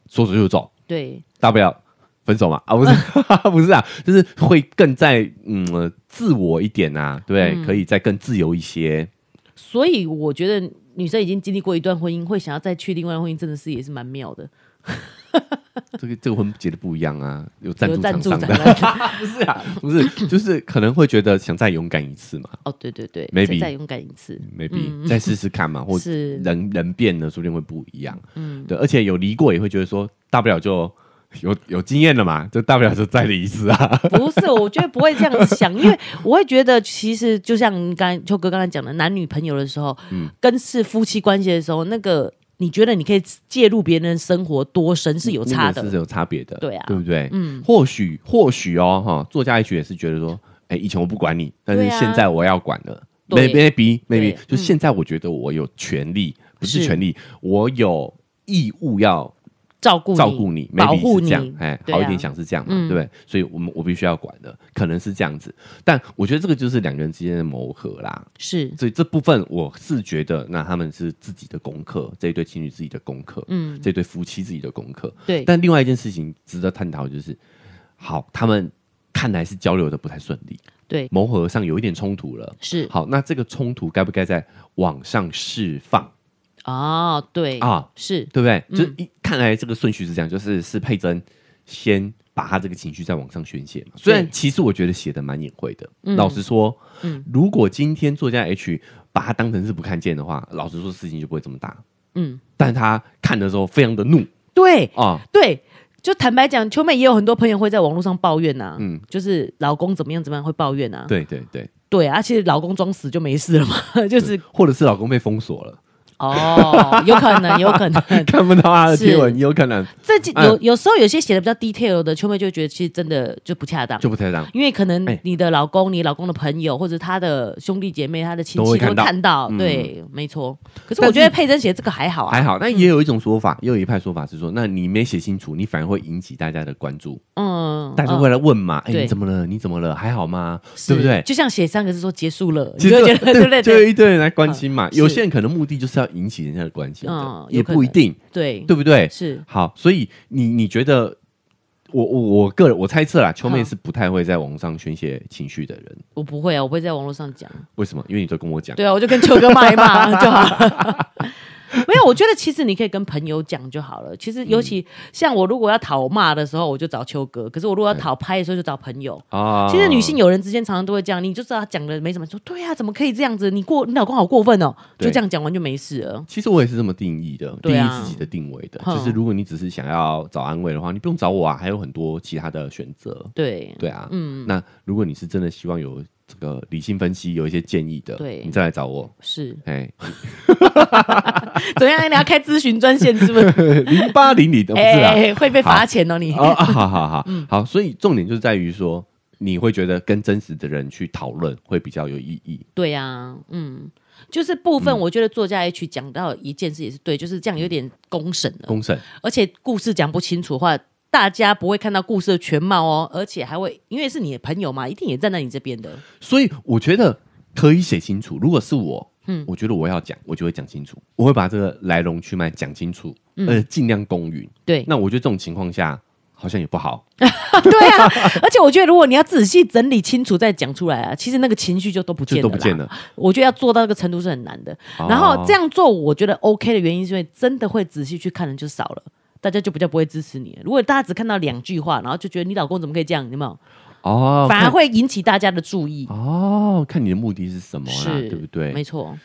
[SPEAKER 1] 说走就走，
[SPEAKER 2] 对，
[SPEAKER 1] 大不了分手嘛啊，不 是 不是啊，就是会更在嗯呃自我一点啊，对
[SPEAKER 2] 嗯
[SPEAKER 1] 不对，可以再更自由一些。
[SPEAKER 2] 所以我觉得女生已经经历过一段婚姻，会想要再去另外一段婚姻，真的是也是蛮妙的。
[SPEAKER 1] 这个这个婚结的不一样啊，有赞
[SPEAKER 2] 有
[SPEAKER 1] 助
[SPEAKER 2] 赞
[SPEAKER 1] 厂
[SPEAKER 2] 助
[SPEAKER 1] 商
[SPEAKER 2] 展
[SPEAKER 1] 的，
[SPEAKER 2] 览，
[SPEAKER 1] 不是啊，不是，就是可能会觉得想再勇敢一次嘛
[SPEAKER 2] 哦，对对对
[SPEAKER 1] Maybe 嗯
[SPEAKER 2] 再再勇敢一次，
[SPEAKER 1] ，maybe、再试试看嘛，或
[SPEAKER 2] 嗯是
[SPEAKER 1] 人人变了，说不定会不一样。嗯，对，而且有离过也会觉得说，大不了就有有经验了嘛，就大不了就再离一次啊。
[SPEAKER 2] 不是，我觉得不会这样想，因为我会觉得，其实就像刚才秋哥刚才讲的，男女朋友的时候，
[SPEAKER 1] 嗯
[SPEAKER 2] 跟是夫妻关系的时候，那个你觉得你可以介入别人生活多深是有
[SPEAKER 1] 嗯
[SPEAKER 2] 差
[SPEAKER 1] 那个
[SPEAKER 2] 的
[SPEAKER 1] 是，有差别的，
[SPEAKER 2] 对啊
[SPEAKER 1] 对不对？嗯，或许或许哦，哈，作家也许也是觉得说，哎，以前我不管你，但是
[SPEAKER 2] 对啊
[SPEAKER 1] 现在我要管了
[SPEAKER 2] 对
[SPEAKER 1] ，maybe maybe，
[SPEAKER 2] 对嗯
[SPEAKER 1] 就现在我觉得我有权利，不是
[SPEAKER 2] 是
[SPEAKER 1] 权利，我有义务要
[SPEAKER 2] 照顾你
[SPEAKER 1] 照顾你，
[SPEAKER 2] 保
[SPEAKER 1] maybe
[SPEAKER 2] 护
[SPEAKER 1] 是
[SPEAKER 2] 你
[SPEAKER 1] 这样，哎，
[SPEAKER 2] 对啊
[SPEAKER 1] 好一点想是这样嘛，对不对？所以我们我必须要管的，可能是这样子，但我觉得这个就是两个人之间的磨合啦，
[SPEAKER 2] 是
[SPEAKER 1] 所以这部分我是觉得，那他们是自己的功课，这一对情侣自己的功课，嗯，这对夫妻自己的功课，
[SPEAKER 2] 对，
[SPEAKER 1] 但另外一件事情值得探讨就是，好，他们看来是交流的不太顺利，
[SPEAKER 2] 对
[SPEAKER 1] 磨合上有一点冲突了。
[SPEAKER 2] 是
[SPEAKER 1] 好，那这个冲突该不该在网上释放
[SPEAKER 2] 哦，对嗯
[SPEAKER 1] 啊？
[SPEAKER 2] 是
[SPEAKER 1] 对不对？就是一看来这个顺序是这样，就是是佩珍先把她这个情绪在网上宣泄嘛。虽然其实我觉得写的蛮隐晦的，
[SPEAKER 2] 嗯
[SPEAKER 1] 老实说，如果今天作家 H 把它当成是不看见的话，老实说事情就不会这么大。嗯，但他看的时候非常的怒
[SPEAKER 2] 对
[SPEAKER 1] 啊，
[SPEAKER 2] 对。就坦白讲，秋妹也有很多朋友会在网络上抱怨呐、嗯，就是老公怎么样怎么样会抱怨呐、啊，
[SPEAKER 1] 对对对，
[SPEAKER 2] 对啊，其实老公装死就没事了嘛， 就是
[SPEAKER 1] 或者是老公被封锁了。
[SPEAKER 2] 哦，有可能，有可能，
[SPEAKER 1] 看不到他的
[SPEAKER 2] 是
[SPEAKER 1] 贴文，有可能
[SPEAKER 2] 这几有有时候有些写的比较 detail 的，秋妹就会觉得其实真的就不恰当，
[SPEAKER 1] 就不太当。
[SPEAKER 2] 因为可能
[SPEAKER 1] 哎
[SPEAKER 2] 你的老公、你老公的朋友或者他的兄弟姐妹、他的亲
[SPEAKER 1] 都
[SPEAKER 2] 戚
[SPEAKER 1] 会
[SPEAKER 2] 都
[SPEAKER 1] 看
[SPEAKER 2] 会
[SPEAKER 1] 到
[SPEAKER 2] 看到，
[SPEAKER 1] 嗯
[SPEAKER 2] 对，没错。可是
[SPEAKER 1] 但
[SPEAKER 2] 我
[SPEAKER 1] 是哎
[SPEAKER 2] 觉得佩珍写这个还好啊，
[SPEAKER 1] 还好，但也有一种说法，也有一派说法是说，那你没写清楚，你反而会引起大家的关注，
[SPEAKER 2] 嗯，
[SPEAKER 1] 大家
[SPEAKER 2] 嗯
[SPEAKER 1] 会来问嘛，哎，
[SPEAKER 2] 对
[SPEAKER 1] 你怎么了？你怎么了？还好吗？
[SPEAKER 2] 是
[SPEAKER 1] 对不对？
[SPEAKER 2] 就像写三个字说结束了，
[SPEAKER 1] 其
[SPEAKER 2] 你
[SPEAKER 1] 实
[SPEAKER 2] 就会 觉得对不对？
[SPEAKER 1] 就
[SPEAKER 2] 对
[SPEAKER 1] 有一堆人来关心嘛，
[SPEAKER 2] 是
[SPEAKER 1] 有些人可能目的就是要引起人家的关心的
[SPEAKER 2] 嗯，
[SPEAKER 1] 也
[SPEAKER 2] 有可
[SPEAKER 1] 不一
[SPEAKER 2] 能
[SPEAKER 1] 定，
[SPEAKER 2] 对，
[SPEAKER 1] 对不对？
[SPEAKER 2] 是
[SPEAKER 1] 好，所以你你觉得？我我我个人我猜测啦，秋妹
[SPEAKER 2] 嗯
[SPEAKER 1] 是不太会在网上宣泄情绪的人，
[SPEAKER 2] 我不会啊，我不会在网络上讲。
[SPEAKER 1] 为什么？因为你都跟我 讲，
[SPEAKER 2] 对啊，我就跟秋哥骂一骂 就好了。没有，我觉得其实你可以跟朋友讲就好了。其实尤
[SPEAKER 1] 嗯
[SPEAKER 2] 其像我如果要讨骂的时候，我就找秋哥；可是我如果要讨拍的时候，就找朋友。
[SPEAKER 1] 啊
[SPEAKER 2] 其实女性友人之间常常都会这样，你就知道她讲的没什么，说对啊，怎么可以这样子？你过你老公好过分哦，
[SPEAKER 1] 对
[SPEAKER 2] 就这样讲完就没事了。
[SPEAKER 1] 其实我也是这么定义的，定
[SPEAKER 2] 对啊
[SPEAKER 1] 义自己的定位的。
[SPEAKER 2] 哼
[SPEAKER 1] 就是如果你只是想要找安慰的话，你不用找我啊，还有很多其他的选择。
[SPEAKER 2] 对，
[SPEAKER 1] 对啊，嗯，那如果你是真的希望有这个理性分析，有一些建议的，
[SPEAKER 2] 对
[SPEAKER 1] 你再来找我。
[SPEAKER 2] 是
[SPEAKER 1] 哎，
[SPEAKER 2] 怎么样？你要开咨询专线 是不是？
[SPEAKER 1] 零八零零不是
[SPEAKER 2] 哎、嗯
[SPEAKER 1] 啦，
[SPEAKER 2] 会被罚钱哦你。
[SPEAKER 1] 哦，啊好好好，好，所以重点就在于说，你会觉得跟真实的人去讨论会比较有意义。
[SPEAKER 2] 对呀、嗯，就是部
[SPEAKER 1] 嗯
[SPEAKER 2] 分我觉得作家 H 讲到一件事也是对，就是这样有点公审了。
[SPEAKER 1] 公审
[SPEAKER 2] 而且故事讲不清楚的话，大家不会看到故事的全貌哦，而且还会因为是你的朋友嘛，一定也站在你这边的。
[SPEAKER 1] 所以我觉得可以写清楚。如果是我，嗯，我觉得我要讲，我就会讲清楚，我会把这个来龙去脉讲清楚，呃，尽量公允。
[SPEAKER 2] 嗯 对
[SPEAKER 1] 那我觉得这种情况下好像也不好，
[SPEAKER 2] 对啊，而且我觉得如果你要仔细整理清楚再讲出来啊，其实那个情绪就都不见
[SPEAKER 1] 就都
[SPEAKER 2] 了，
[SPEAKER 1] 不见。了。哦
[SPEAKER 2] 我觉得要做到那个程度是很难的。然后这
[SPEAKER 1] 样，
[SPEAKER 2] 样做，我觉得 OK 的原因是因为真的会仔细去看的人就少了。大家就比较不会支持你了。如果大家只看到两句话，然后就觉得你老公怎么可以这样，有没有？
[SPEAKER 1] 哦，
[SPEAKER 2] 反而
[SPEAKER 1] 看
[SPEAKER 2] 会引起大家的注意。
[SPEAKER 1] 哦，看你的目的是什么啦，
[SPEAKER 2] 是，
[SPEAKER 1] 对不对
[SPEAKER 2] 没？错，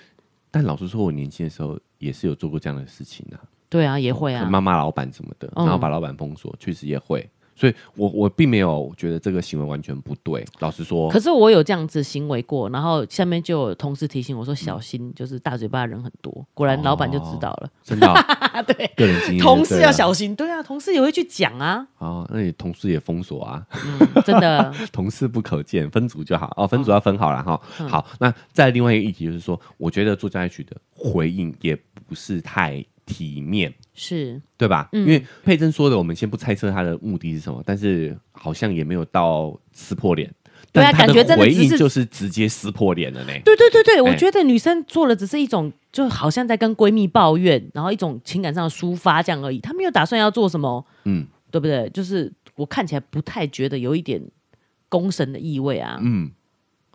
[SPEAKER 1] 但老实说，我年轻的时候也是有做过这样的事情啊。
[SPEAKER 2] 对啊，也会啊。
[SPEAKER 1] 骂骂老板什么的，
[SPEAKER 2] 嗯
[SPEAKER 1] 然后把老板封锁，确实也会。所以我我并没有觉得这个行为完全不对。老实说
[SPEAKER 2] 可，是我有这样子行为过，然后下面就有同事提醒我说小心，就是大嘴巴的人很多。果然老板就知道了，
[SPEAKER 1] 真的啊、
[SPEAKER 2] 哦对，啊
[SPEAKER 1] 个人经验就
[SPEAKER 2] 同事
[SPEAKER 1] 对
[SPEAKER 2] 要
[SPEAKER 1] 了
[SPEAKER 2] 小心。对啊，同事也会去讲啊，
[SPEAKER 1] 啊，那你同事也封锁啊，
[SPEAKER 2] 嗯，真的，
[SPEAKER 1] 同事不可见，分组就好哦，分
[SPEAKER 2] 嗯
[SPEAKER 1] 组要分好了哈。好，那再另外一个议题就是说，我觉得作家曲的回应也不是太体面。
[SPEAKER 2] 是
[SPEAKER 1] 对吧？
[SPEAKER 2] 嗯
[SPEAKER 1] 因为佩珍说的，我们先不猜测他的目的是什么，但是好像也没有到撕破脸。
[SPEAKER 2] 对啊
[SPEAKER 1] 但他
[SPEAKER 2] 感觉真的
[SPEAKER 1] 回
[SPEAKER 2] 只
[SPEAKER 1] 应
[SPEAKER 2] 是
[SPEAKER 1] 就是直接撕破脸了呢。
[SPEAKER 2] 对对对对，我
[SPEAKER 1] 哎
[SPEAKER 2] 觉得女生做了只是一种，就好像在跟闺蜜抱怨，然后一种情感上的抒发这样而已，她没有打算要做什么，
[SPEAKER 1] 嗯
[SPEAKER 2] 对不对？就是我看起来不太觉得有一点攻神的意味啊，
[SPEAKER 1] 嗯，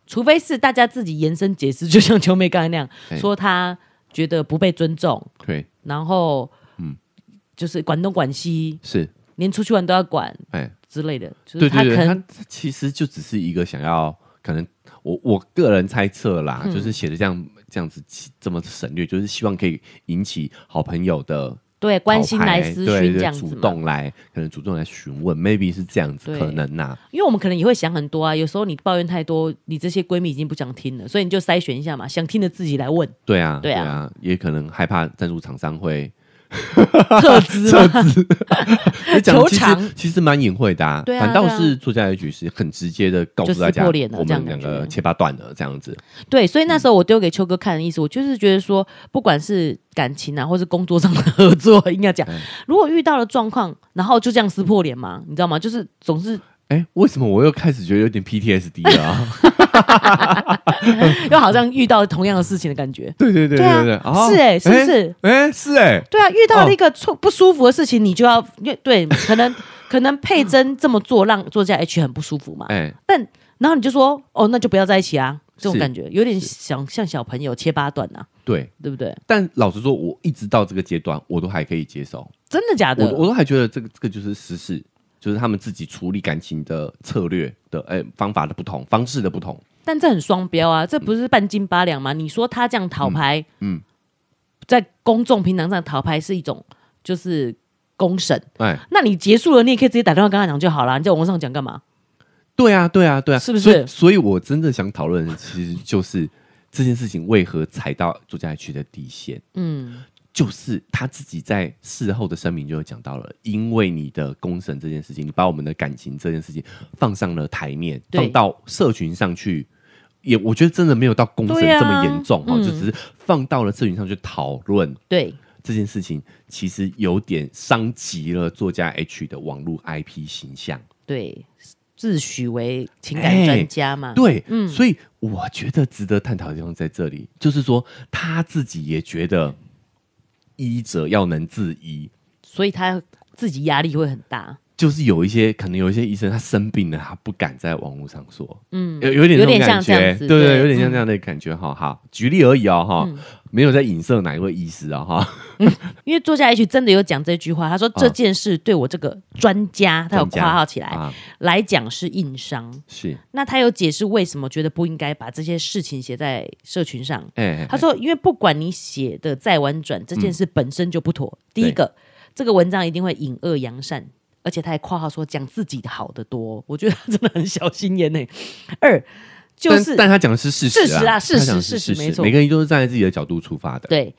[SPEAKER 2] 除非是大家自己延伸解释，就像秋妹刚才那样、
[SPEAKER 1] 哎
[SPEAKER 2] 说，她觉得不被尊重，
[SPEAKER 1] 对，
[SPEAKER 2] 然后嗯，就是管东管西，
[SPEAKER 1] 是，
[SPEAKER 2] 连出去玩都要管
[SPEAKER 1] 哎，
[SPEAKER 2] 之类的，就是
[SPEAKER 1] 对
[SPEAKER 2] 她
[SPEAKER 1] 对
[SPEAKER 2] 可
[SPEAKER 1] 对，
[SPEAKER 2] 能
[SPEAKER 1] 他其实就只是一个想要，可能我我个人猜测啦，
[SPEAKER 2] 嗯
[SPEAKER 1] 就是写的这样这样子这么省略，就是希望可以引起好朋友的
[SPEAKER 2] 对关心
[SPEAKER 1] 讨拍
[SPEAKER 2] 来咨
[SPEAKER 1] 对对
[SPEAKER 2] 询这样
[SPEAKER 1] 主
[SPEAKER 2] 子嘛。
[SPEAKER 1] 动来，可能主动来询问，maybe 是这样子，
[SPEAKER 2] 对
[SPEAKER 1] 可能呐，
[SPEAKER 2] 因为我们可能也会想很多啊，有时候你抱怨太多，你这些闺蜜已经不想听了，所以你就筛选一下嘛，想听的自己来 问
[SPEAKER 1] 对啊，
[SPEAKER 2] 对啊
[SPEAKER 1] 也可能害怕赞助厂商 会
[SPEAKER 2] 特资 嘛。
[SPEAKER 1] 你讲
[SPEAKER 2] 求
[SPEAKER 1] 其实
[SPEAKER 2] 偿
[SPEAKER 1] 其实蛮隐晦的、啊，
[SPEAKER 2] 对啊
[SPEAKER 1] 反倒
[SPEAKER 2] 对啊
[SPEAKER 1] 是作家的一局是很直接的告
[SPEAKER 2] 就
[SPEAKER 1] 诉
[SPEAKER 2] 撕
[SPEAKER 1] 大家，
[SPEAKER 2] 破脸了
[SPEAKER 1] 我
[SPEAKER 2] 这样
[SPEAKER 1] 们
[SPEAKER 2] 感
[SPEAKER 1] 两
[SPEAKER 2] 觉
[SPEAKER 1] 个切八段了这样子。
[SPEAKER 2] 对，所以
[SPEAKER 1] 嗯
[SPEAKER 2] 那时候我丢给秋哥看的意思，我就是觉得说，不管是感情啊，或是工作上的合作，应该
[SPEAKER 1] 嗯
[SPEAKER 2] 讲，如果遇到了状况，然后就这样撕破脸嘛，你知道吗？就是总是
[SPEAKER 1] 哎、为什么我又开始觉得有点 PTSD 了、啊？
[SPEAKER 2] 又好像遇到同样的事情的感觉。
[SPEAKER 1] 对对对
[SPEAKER 2] 啊
[SPEAKER 1] 对对，哦
[SPEAKER 2] 是哎、是不是？
[SPEAKER 1] 哎、是哎、
[SPEAKER 2] 对啊，遇到了一个错不舒服的事情，你就要对，可能 可能佩珍这么做让作家 H 很不舒服嘛。
[SPEAKER 1] 哎、
[SPEAKER 2] 但然后你就说哦，那就不要在一起啊，这种
[SPEAKER 1] 是
[SPEAKER 2] 感觉有点想像小朋友切八段呐、啊，
[SPEAKER 1] 对。
[SPEAKER 2] 对不对？
[SPEAKER 1] 但老实说，我一直到这个阶段，我都还可以接受，
[SPEAKER 2] 真的假
[SPEAKER 1] 我
[SPEAKER 2] 的？
[SPEAKER 1] 我都还觉得这个这个就是实事，就是他们自己处理感情的策略的哎、方法的不同，方式的不同。
[SPEAKER 2] 但这很双标啊，这不是半斤八两吗？你说他这样讨牌，
[SPEAKER 1] 嗯
[SPEAKER 2] 在公众平台上讨牌是一种就是公审，
[SPEAKER 1] 哎、
[SPEAKER 2] 那你结束了，你也可以直接打电话跟他讲就好啦，你在网络上讲干嘛？
[SPEAKER 1] 对啊，对啊，对啊，
[SPEAKER 2] 是不
[SPEAKER 1] 所以
[SPEAKER 2] 是
[SPEAKER 1] 所以我真正想讨论，的其实就是这件事情为何踩到作家区的底线，
[SPEAKER 2] 嗯，
[SPEAKER 1] 就是他自己在事后的声明就有讲到了，因为你的公审这件事情，你把我们的感情这件事情放上了台面，
[SPEAKER 2] 对
[SPEAKER 1] 放到社群上去。也，我觉得真的没有到公审
[SPEAKER 2] 对啊
[SPEAKER 1] 这么严重哈、哦
[SPEAKER 2] 嗯
[SPEAKER 1] 就只是放到了社群上去讨论
[SPEAKER 2] 对，
[SPEAKER 1] 这件事情，其实有点伤及了作家 H 的网络 IP 形象。
[SPEAKER 2] 对，自诩为情
[SPEAKER 1] 哎
[SPEAKER 2] 感专家嘛。
[SPEAKER 1] 对，所以我觉得值得探讨的地方在这里，就是说他自己也觉得医者要能自医，
[SPEAKER 2] 所以他自己压力会很大，
[SPEAKER 1] 就是有一些可能有一些医生他生病了，他不敢在网络上说，嗯，有有点那
[SPEAKER 2] 有
[SPEAKER 1] 种
[SPEAKER 2] 点
[SPEAKER 1] 感
[SPEAKER 2] 像这
[SPEAKER 1] 觉，
[SPEAKER 2] 样子
[SPEAKER 1] 对
[SPEAKER 2] 对嗯
[SPEAKER 1] 有点像这样的感觉哈。好，举例而已哦哈，没有在影射哪一位医师啊哈，
[SPEAKER 2] 因为作家 H 真的有讲这句话，他说这件事对我这个专家，他有
[SPEAKER 1] 专家
[SPEAKER 2] 括号起来、
[SPEAKER 1] 啊
[SPEAKER 2] 来讲是硬伤。
[SPEAKER 1] 是，
[SPEAKER 2] 那他有解释为什么觉得不应该把这些事情写在社群上。
[SPEAKER 1] 哎，
[SPEAKER 2] 他说，因为不管你写的再婉转，这件事本身就不
[SPEAKER 1] 嗯
[SPEAKER 2] 妥。第一个，这个文章一定会引恶扬善，而且他还括号说讲自己的好的多，我觉得他真的很小心眼呢、欸二就
[SPEAKER 1] 但
[SPEAKER 2] 是
[SPEAKER 1] 但他讲的是事
[SPEAKER 2] 事实
[SPEAKER 1] 啊，
[SPEAKER 2] 啊事实
[SPEAKER 1] 他讲的
[SPEAKER 2] 事实
[SPEAKER 1] 事
[SPEAKER 2] 没错
[SPEAKER 1] 每个人都是站在自己的角度出发的，
[SPEAKER 2] 对，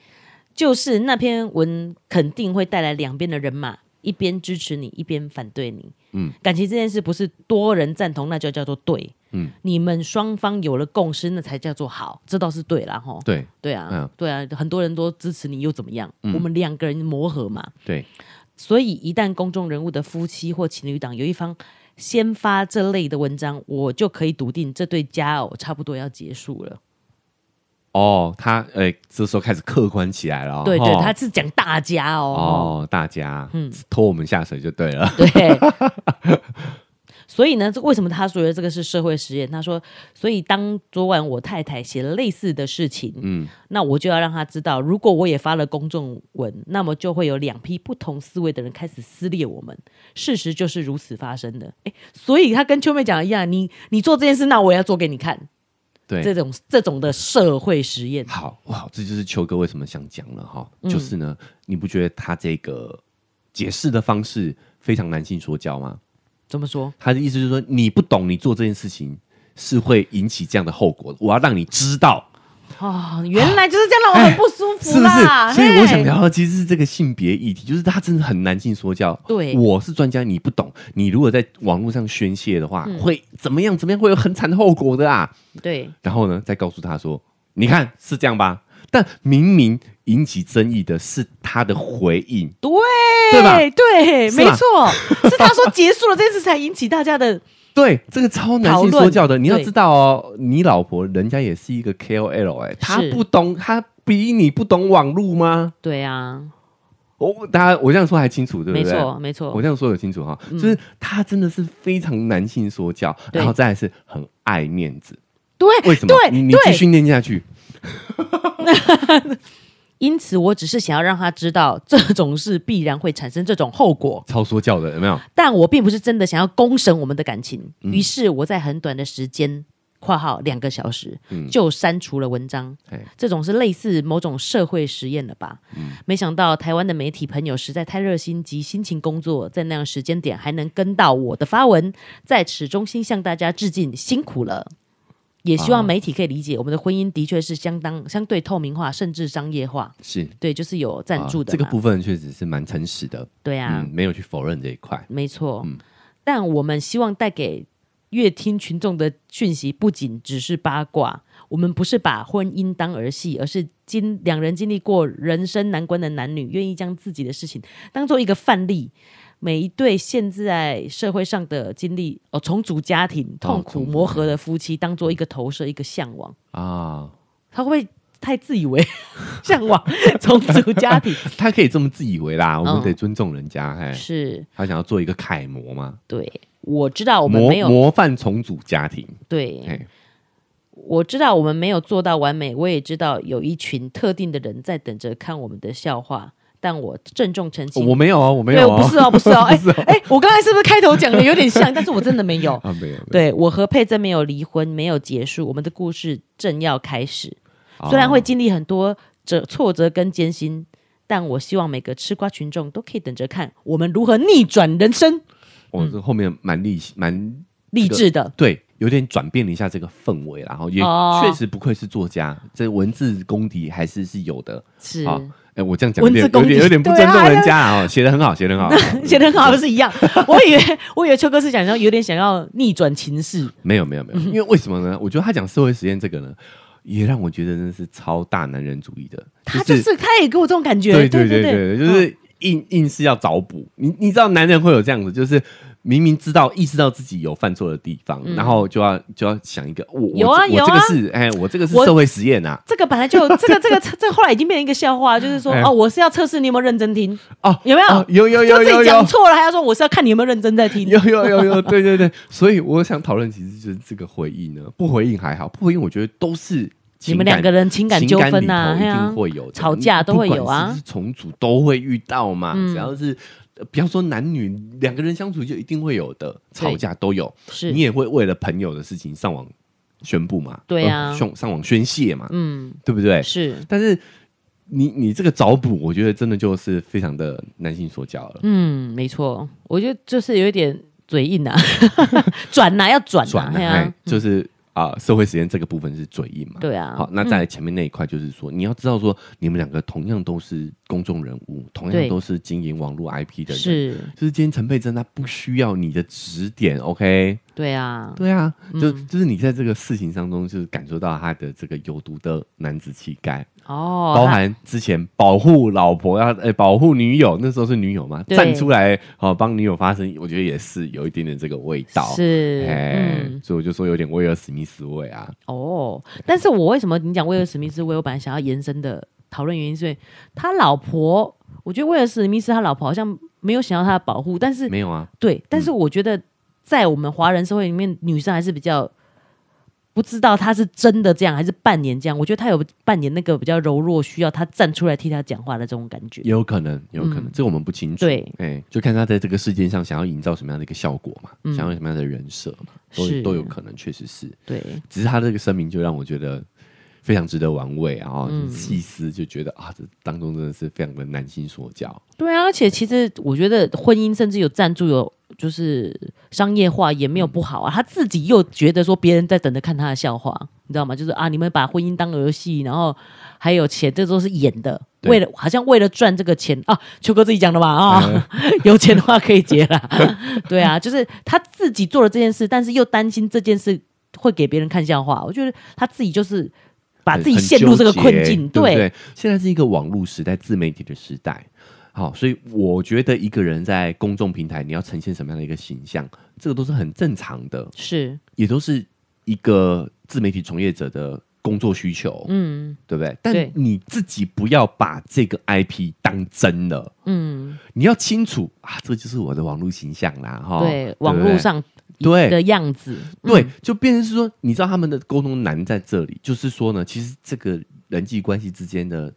[SPEAKER 2] 就是那篇文肯定会带来两边的人马，一边支持你，一边反对你。嗯，感情这件事不是多人赞同，那就叫做对。嗯，你们双方有了共识，那才叫做好，这倒是对啦吼。
[SPEAKER 1] 对
[SPEAKER 2] 对啊，
[SPEAKER 1] 嗯
[SPEAKER 2] 对啊，很多人都支持你又怎么样？我们两个人磨合嘛，
[SPEAKER 1] 对，
[SPEAKER 2] 所以一旦公众人物的夫妻或情侣档有一方先发这类的文章，我就可以笃定这对佳偶差不多要结束了。
[SPEAKER 1] 哦，他哎，这时候开始客观起来了哦，
[SPEAKER 2] 对对，
[SPEAKER 1] 哈
[SPEAKER 2] 他是讲大家哦
[SPEAKER 1] 哦，大家拖我们下水就对 了。
[SPEAKER 2] 对。所以呢，这为什么他说的这个是社会实验？他说，所以当昨晚我太太写了类似的事情，嗯，那我就要让她知道，如果我也发了公众文，那么就会有两批不同思维的人开始撕裂我们。事实就是如此发生的。诶，所以他跟秋妹讲的一样，你你做这件事，那我也要做给你看。
[SPEAKER 1] 对，
[SPEAKER 2] 这种这种的社会实验，
[SPEAKER 1] 好哇，这就是秋哥为什么想讲了哈，
[SPEAKER 2] 嗯
[SPEAKER 1] 就是呢，你不觉得他这个解释的方式非常男性说教吗？
[SPEAKER 2] 怎么说？
[SPEAKER 1] 他的意思就是说，你不懂，你做这件事情是会引起这样的后果的。我要让你知道，
[SPEAKER 2] 哦，原来就是这样，让我很不舒服
[SPEAKER 1] 是啊不是
[SPEAKER 2] 啦。？
[SPEAKER 1] 所以我想
[SPEAKER 2] 嘿
[SPEAKER 1] 聊的其实是这个性别议题，就是他真的很难进说教。
[SPEAKER 2] 对
[SPEAKER 1] 我是专家，你不懂。你如果在网络上宣泄的话，
[SPEAKER 2] 嗯
[SPEAKER 1] 会怎么样？怎么样会有很惨的后果的啊！
[SPEAKER 2] 对
[SPEAKER 1] 然后呢，再告诉他说：“你看是这样吧？”但明明引起争议的是他的回应，
[SPEAKER 2] 对
[SPEAKER 1] 对吧
[SPEAKER 2] 对，
[SPEAKER 1] 是
[SPEAKER 2] 没
[SPEAKER 1] 吧
[SPEAKER 2] 错， 是他说结束了这件事才引起大家的
[SPEAKER 1] 对这个超男性
[SPEAKER 2] 讨论
[SPEAKER 1] 说教的。你要
[SPEAKER 2] 对
[SPEAKER 1] 知道哦，你老婆人家也是一个 KOL 哎、她
[SPEAKER 2] 是
[SPEAKER 1] 不懂，她比你不懂网络吗？
[SPEAKER 2] 对啊，
[SPEAKER 1] 哦，大家我这样说还清楚对不
[SPEAKER 2] 没
[SPEAKER 1] 对？
[SPEAKER 2] 错没
[SPEAKER 1] 我
[SPEAKER 2] 错，
[SPEAKER 1] 这样说有清楚哈，就是他真的是非常男性说教，
[SPEAKER 2] 对
[SPEAKER 1] 然后再来是很爱面子。
[SPEAKER 2] 对
[SPEAKER 1] 为什么？你
[SPEAKER 2] 对
[SPEAKER 1] 你继
[SPEAKER 2] 对，
[SPEAKER 1] 续念下去，
[SPEAKER 2] 因此我只是想要让他知道这种事必然会产生这种后果，
[SPEAKER 1] 超说教的有没有？
[SPEAKER 2] 但我并不是真的想要公审我们的感情，
[SPEAKER 1] 嗯
[SPEAKER 2] 于是我在很短的时间。括号两个小时
[SPEAKER 1] 嗯
[SPEAKER 2] 就删除了文章，
[SPEAKER 1] 哎
[SPEAKER 2] 这种是类似某种社会实验了吧？
[SPEAKER 1] 嗯
[SPEAKER 2] 没想到台湾的媒体朋友实在太热心及辛勤工作，在那样时间点还能跟到我的发文，在此衷心向大家致敬，辛苦了。也希望媒体可以理解，我们的婚姻的确是相当相对透明化，甚至商业化。
[SPEAKER 1] 是
[SPEAKER 2] 对，就是有赞助的、
[SPEAKER 1] 啊这个部，分确实是蛮诚实的，
[SPEAKER 2] 对啊，
[SPEAKER 1] 嗯，没有去否认这一块。
[SPEAKER 2] 没错，但我们希望带给乐听群众的讯息不仅只是八卦，我们不是把婚姻当儿戏，而是经两人经历过人生难关的男女，愿意将自己的事情当做一个范例。每一对现在社会上的经历，哦，重组家庭、痛
[SPEAKER 1] 重
[SPEAKER 2] 苦
[SPEAKER 1] 组
[SPEAKER 2] 磨合的夫妻，当做一个投射、一个向往，
[SPEAKER 1] 啊，
[SPEAKER 2] 他会不会太自以为 向往重组家庭？
[SPEAKER 1] 他可以这么自以为啦，我们
[SPEAKER 2] 嗯
[SPEAKER 1] 得尊重人家。哎，
[SPEAKER 2] 是
[SPEAKER 1] 他想要做一个楷模嘛，
[SPEAKER 2] 对，我知道我们
[SPEAKER 1] 模
[SPEAKER 2] 没有
[SPEAKER 1] 模范重组家庭。
[SPEAKER 2] 对，
[SPEAKER 1] 哎，
[SPEAKER 2] 我知道我们没有做到完美，我也知道有一群特定的人在等着看我们的笑话，但我郑重澄
[SPEAKER 1] 哦
[SPEAKER 2] 清，
[SPEAKER 1] 我没有哦，我没
[SPEAKER 2] 对
[SPEAKER 1] 有
[SPEAKER 2] 我
[SPEAKER 1] 哦，
[SPEAKER 2] 不是哦，不是 哦，哎 哎、我刚才是不是开头讲的有点像，但是我真的没 有。
[SPEAKER 1] 啊，没有。没有，
[SPEAKER 2] 对我和佩珍没有离婚，没有结束，我们的故事正要开始。
[SPEAKER 1] 哦
[SPEAKER 2] 虽然会经历很多折挫折跟艰辛，但我希望每个吃瓜群众都可以等着看我们如何逆转人生，
[SPEAKER 1] 我
[SPEAKER 2] 嗯
[SPEAKER 1] 这后面蛮厉蛮
[SPEAKER 2] 励志的。
[SPEAKER 1] 对，有点转变了一下这个氛围啦，然后也
[SPEAKER 2] 哦
[SPEAKER 1] 确实不愧是作家，这文字功底还是是有的。
[SPEAKER 2] 是，
[SPEAKER 1] 好，哎，我这样讲有
[SPEAKER 2] 文字
[SPEAKER 1] 点
[SPEAKER 2] 功
[SPEAKER 1] 有
[SPEAKER 2] 底
[SPEAKER 1] 点有点不
[SPEAKER 2] 对啊
[SPEAKER 1] 尊重人家啊，哦写的很好，写的很 好，
[SPEAKER 2] 写的很
[SPEAKER 1] 嗯
[SPEAKER 2] 好，不是一样？我以为我以为秋哥是想要有点想要逆转情势，
[SPEAKER 1] 没有没有没
[SPEAKER 2] 嗯
[SPEAKER 1] 有，因为为什么呢？我觉得他讲社会实验这个呢，也让我觉得真的是超大男人主义的，
[SPEAKER 2] 他就是他也给我这种感觉，
[SPEAKER 1] 对
[SPEAKER 2] 对嗯
[SPEAKER 1] 对对，就是硬硬是要找补。你你知道男人会有这样子，就是明明知道意识到自己有犯错的地方，然后就要就要想一个我我
[SPEAKER 2] 有啊
[SPEAKER 1] 这
[SPEAKER 2] 嗯有
[SPEAKER 1] 我这
[SPEAKER 2] 啊
[SPEAKER 1] 个是哎我这个是
[SPEAKER 2] 我
[SPEAKER 1] 社会实验啊
[SPEAKER 2] 这个本来就这个这个这个后来已经变成一个笑话，就是说
[SPEAKER 1] 哎
[SPEAKER 2] 哦，我是要测试你有没有认真听，
[SPEAKER 1] 哦
[SPEAKER 2] 有没有
[SPEAKER 1] 哦有有有
[SPEAKER 2] 就自
[SPEAKER 1] 有
[SPEAKER 2] 己讲
[SPEAKER 1] 有。
[SPEAKER 2] 错了，还要说我是要看你有没有认真在 听，
[SPEAKER 1] 有有有有，对对对，所以我想讨论，其实就是这个回应呢，不回应还好，不回应我觉得都是
[SPEAKER 2] 你
[SPEAKER 1] 情
[SPEAKER 2] 们
[SPEAKER 1] 感
[SPEAKER 2] 两个人情感纠纷呐，
[SPEAKER 1] 情
[SPEAKER 2] 嘿
[SPEAKER 1] 感里头一定
[SPEAKER 2] 啊
[SPEAKER 1] 会有的
[SPEAKER 2] 吵架都会有
[SPEAKER 1] 你
[SPEAKER 2] 啊嗯
[SPEAKER 1] 不管是不是重组都会遇到嘛，只要是。呃不要说男女两个人相处就一定会有的吵架都有，
[SPEAKER 2] 是
[SPEAKER 1] 你也会为了朋友的事情上网宣布嘛？
[SPEAKER 2] 对啊
[SPEAKER 1] 呃上、上网宣泄嘛，
[SPEAKER 2] 嗯
[SPEAKER 1] 对不对？
[SPEAKER 2] 是
[SPEAKER 1] 但是你你这个找补，我觉得真的就是非常的男性说教了。
[SPEAKER 2] 嗯没错，我觉得就是有一点嘴硬啊， 转呐要转
[SPEAKER 1] 转了，
[SPEAKER 2] 呐，嘿
[SPEAKER 1] 哎
[SPEAKER 2] 啊，
[SPEAKER 1] 就是啊、社会实验这个部分是嘴硬嘛。
[SPEAKER 2] 对啊，
[SPEAKER 1] 好，那在前面那一块就是说，你要知道说，你们两个同样都是公众人物，同
[SPEAKER 2] 对
[SPEAKER 1] 样都是经营网络 IP 的人，
[SPEAKER 2] 是
[SPEAKER 1] 就是今天陈佩珍她不需要你的指点，OK？
[SPEAKER 2] 对啊，
[SPEAKER 1] 对啊，就就是你在这个事情当中，就是感受到他的这个有毒的男子气概，
[SPEAKER 2] 哦，
[SPEAKER 1] 包含之前保护老婆要呃保护女友，那时候是女友嘛，
[SPEAKER 2] 对
[SPEAKER 1] 站出来好帮女友发声，我觉得也是有一点点这个味道，
[SPEAKER 2] 是
[SPEAKER 1] 哎，
[SPEAKER 2] 嗯
[SPEAKER 1] 所以我就说有点威尔史密斯味啊，
[SPEAKER 2] 哦，但是我为什么你讲威尔史密斯，我有本来想要延伸的讨论原因，是因为他老婆，我觉得威尔史密斯他老婆好像没有想要他的保护，但是
[SPEAKER 1] 没有啊，
[SPEAKER 2] 对，但是我觉得在我们华人社会里面，女生还是比较不知道她是真的这样还是扮演这样，我觉得她有扮演那个比较柔弱，需要她站出来替她讲话的这种感觉。
[SPEAKER 1] 也有可能，也有可能，这个我们不清楚。
[SPEAKER 2] 嗯对，
[SPEAKER 1] 哎、就看他在这个事件上想要营造什么样的一个效果嘛，想要什么样的人设嘛，都
[SPEAKER 2] 嗯是
[SPEAKER 1] 都有可能，确实是。
[SPEAKER 2] 对，
[SPEAKER 1] 只是他这个声明就让我觉得非常值得玩味啊、哦！
[SPEAKER 2] 嗯
[SPEAKER 1] 细思就觉得啊，这当中真的是非常的难心所教。
[SPEAKER 2] 对啊，而且其实我觉得婚姻甚至有赞助有。就是商业化也没有不好啊，他自己又觉得说别人在等着看他的笑话，你知道吗？就是啊，你们把婚姻当游戏，然后还有钱，这都是演的，
[SPEAKER 1] 对
[SPEAKER 2] 为了好像为了赚这个钱啊，秋哥自己讲的嘛 啊，
[SPEAKER 1] 嗯
[SPEAKER 2] 有钱的话可以结啦， 对啊，就是他自己做了这件事，但是又担心这件事会给别人看笑话，我觉得他自己就是把
[SPEAKER 1] 很
[SPEAKER 2] 自己
[SPEAKER 1] 很
[SPEAKER 2] 陷入这个
[SPEAKER 1] 纠
[SPEAKER 2] 困
[SPEAKER 1] 结
[SPEAKER 2] 境，
[SPEAKER 1] 对不
[SPEAKER 2] 对，
[SPEAKER 1] 对？现在是一个网络时代、自媒体的时代，好，所以我觉得一个人在公众平台，你要呈现什么样的一个形象，这个都是很正常的，
[SPEAKER 2] 是，
[SPEAKER 1] 也都是一个自媒体从业者的工作需求，
[SPEAKER 2] 嗯
[SPEAKER 1] 对不对？但
[SPEAKER 2] 对
[SPEAKER 1] 你自己不要把这个 IP 当真了，
[SPEAKER 2] 嗯，
[SPEAKER 1] 你要清楚啊，这就是我的网络形象啦，哈，
[SPEAKER 2] 对，
[SPEAKER 1] 不
[SPEAKER 2] 网络上
[SPEAKER 1] 哦对
[SPEAKER 2] 的样子，嗯
[SPEAKER 1] 对，就变成是说，你知道他们的沟通难在这里，就是说呢，其实这个人际关系之间的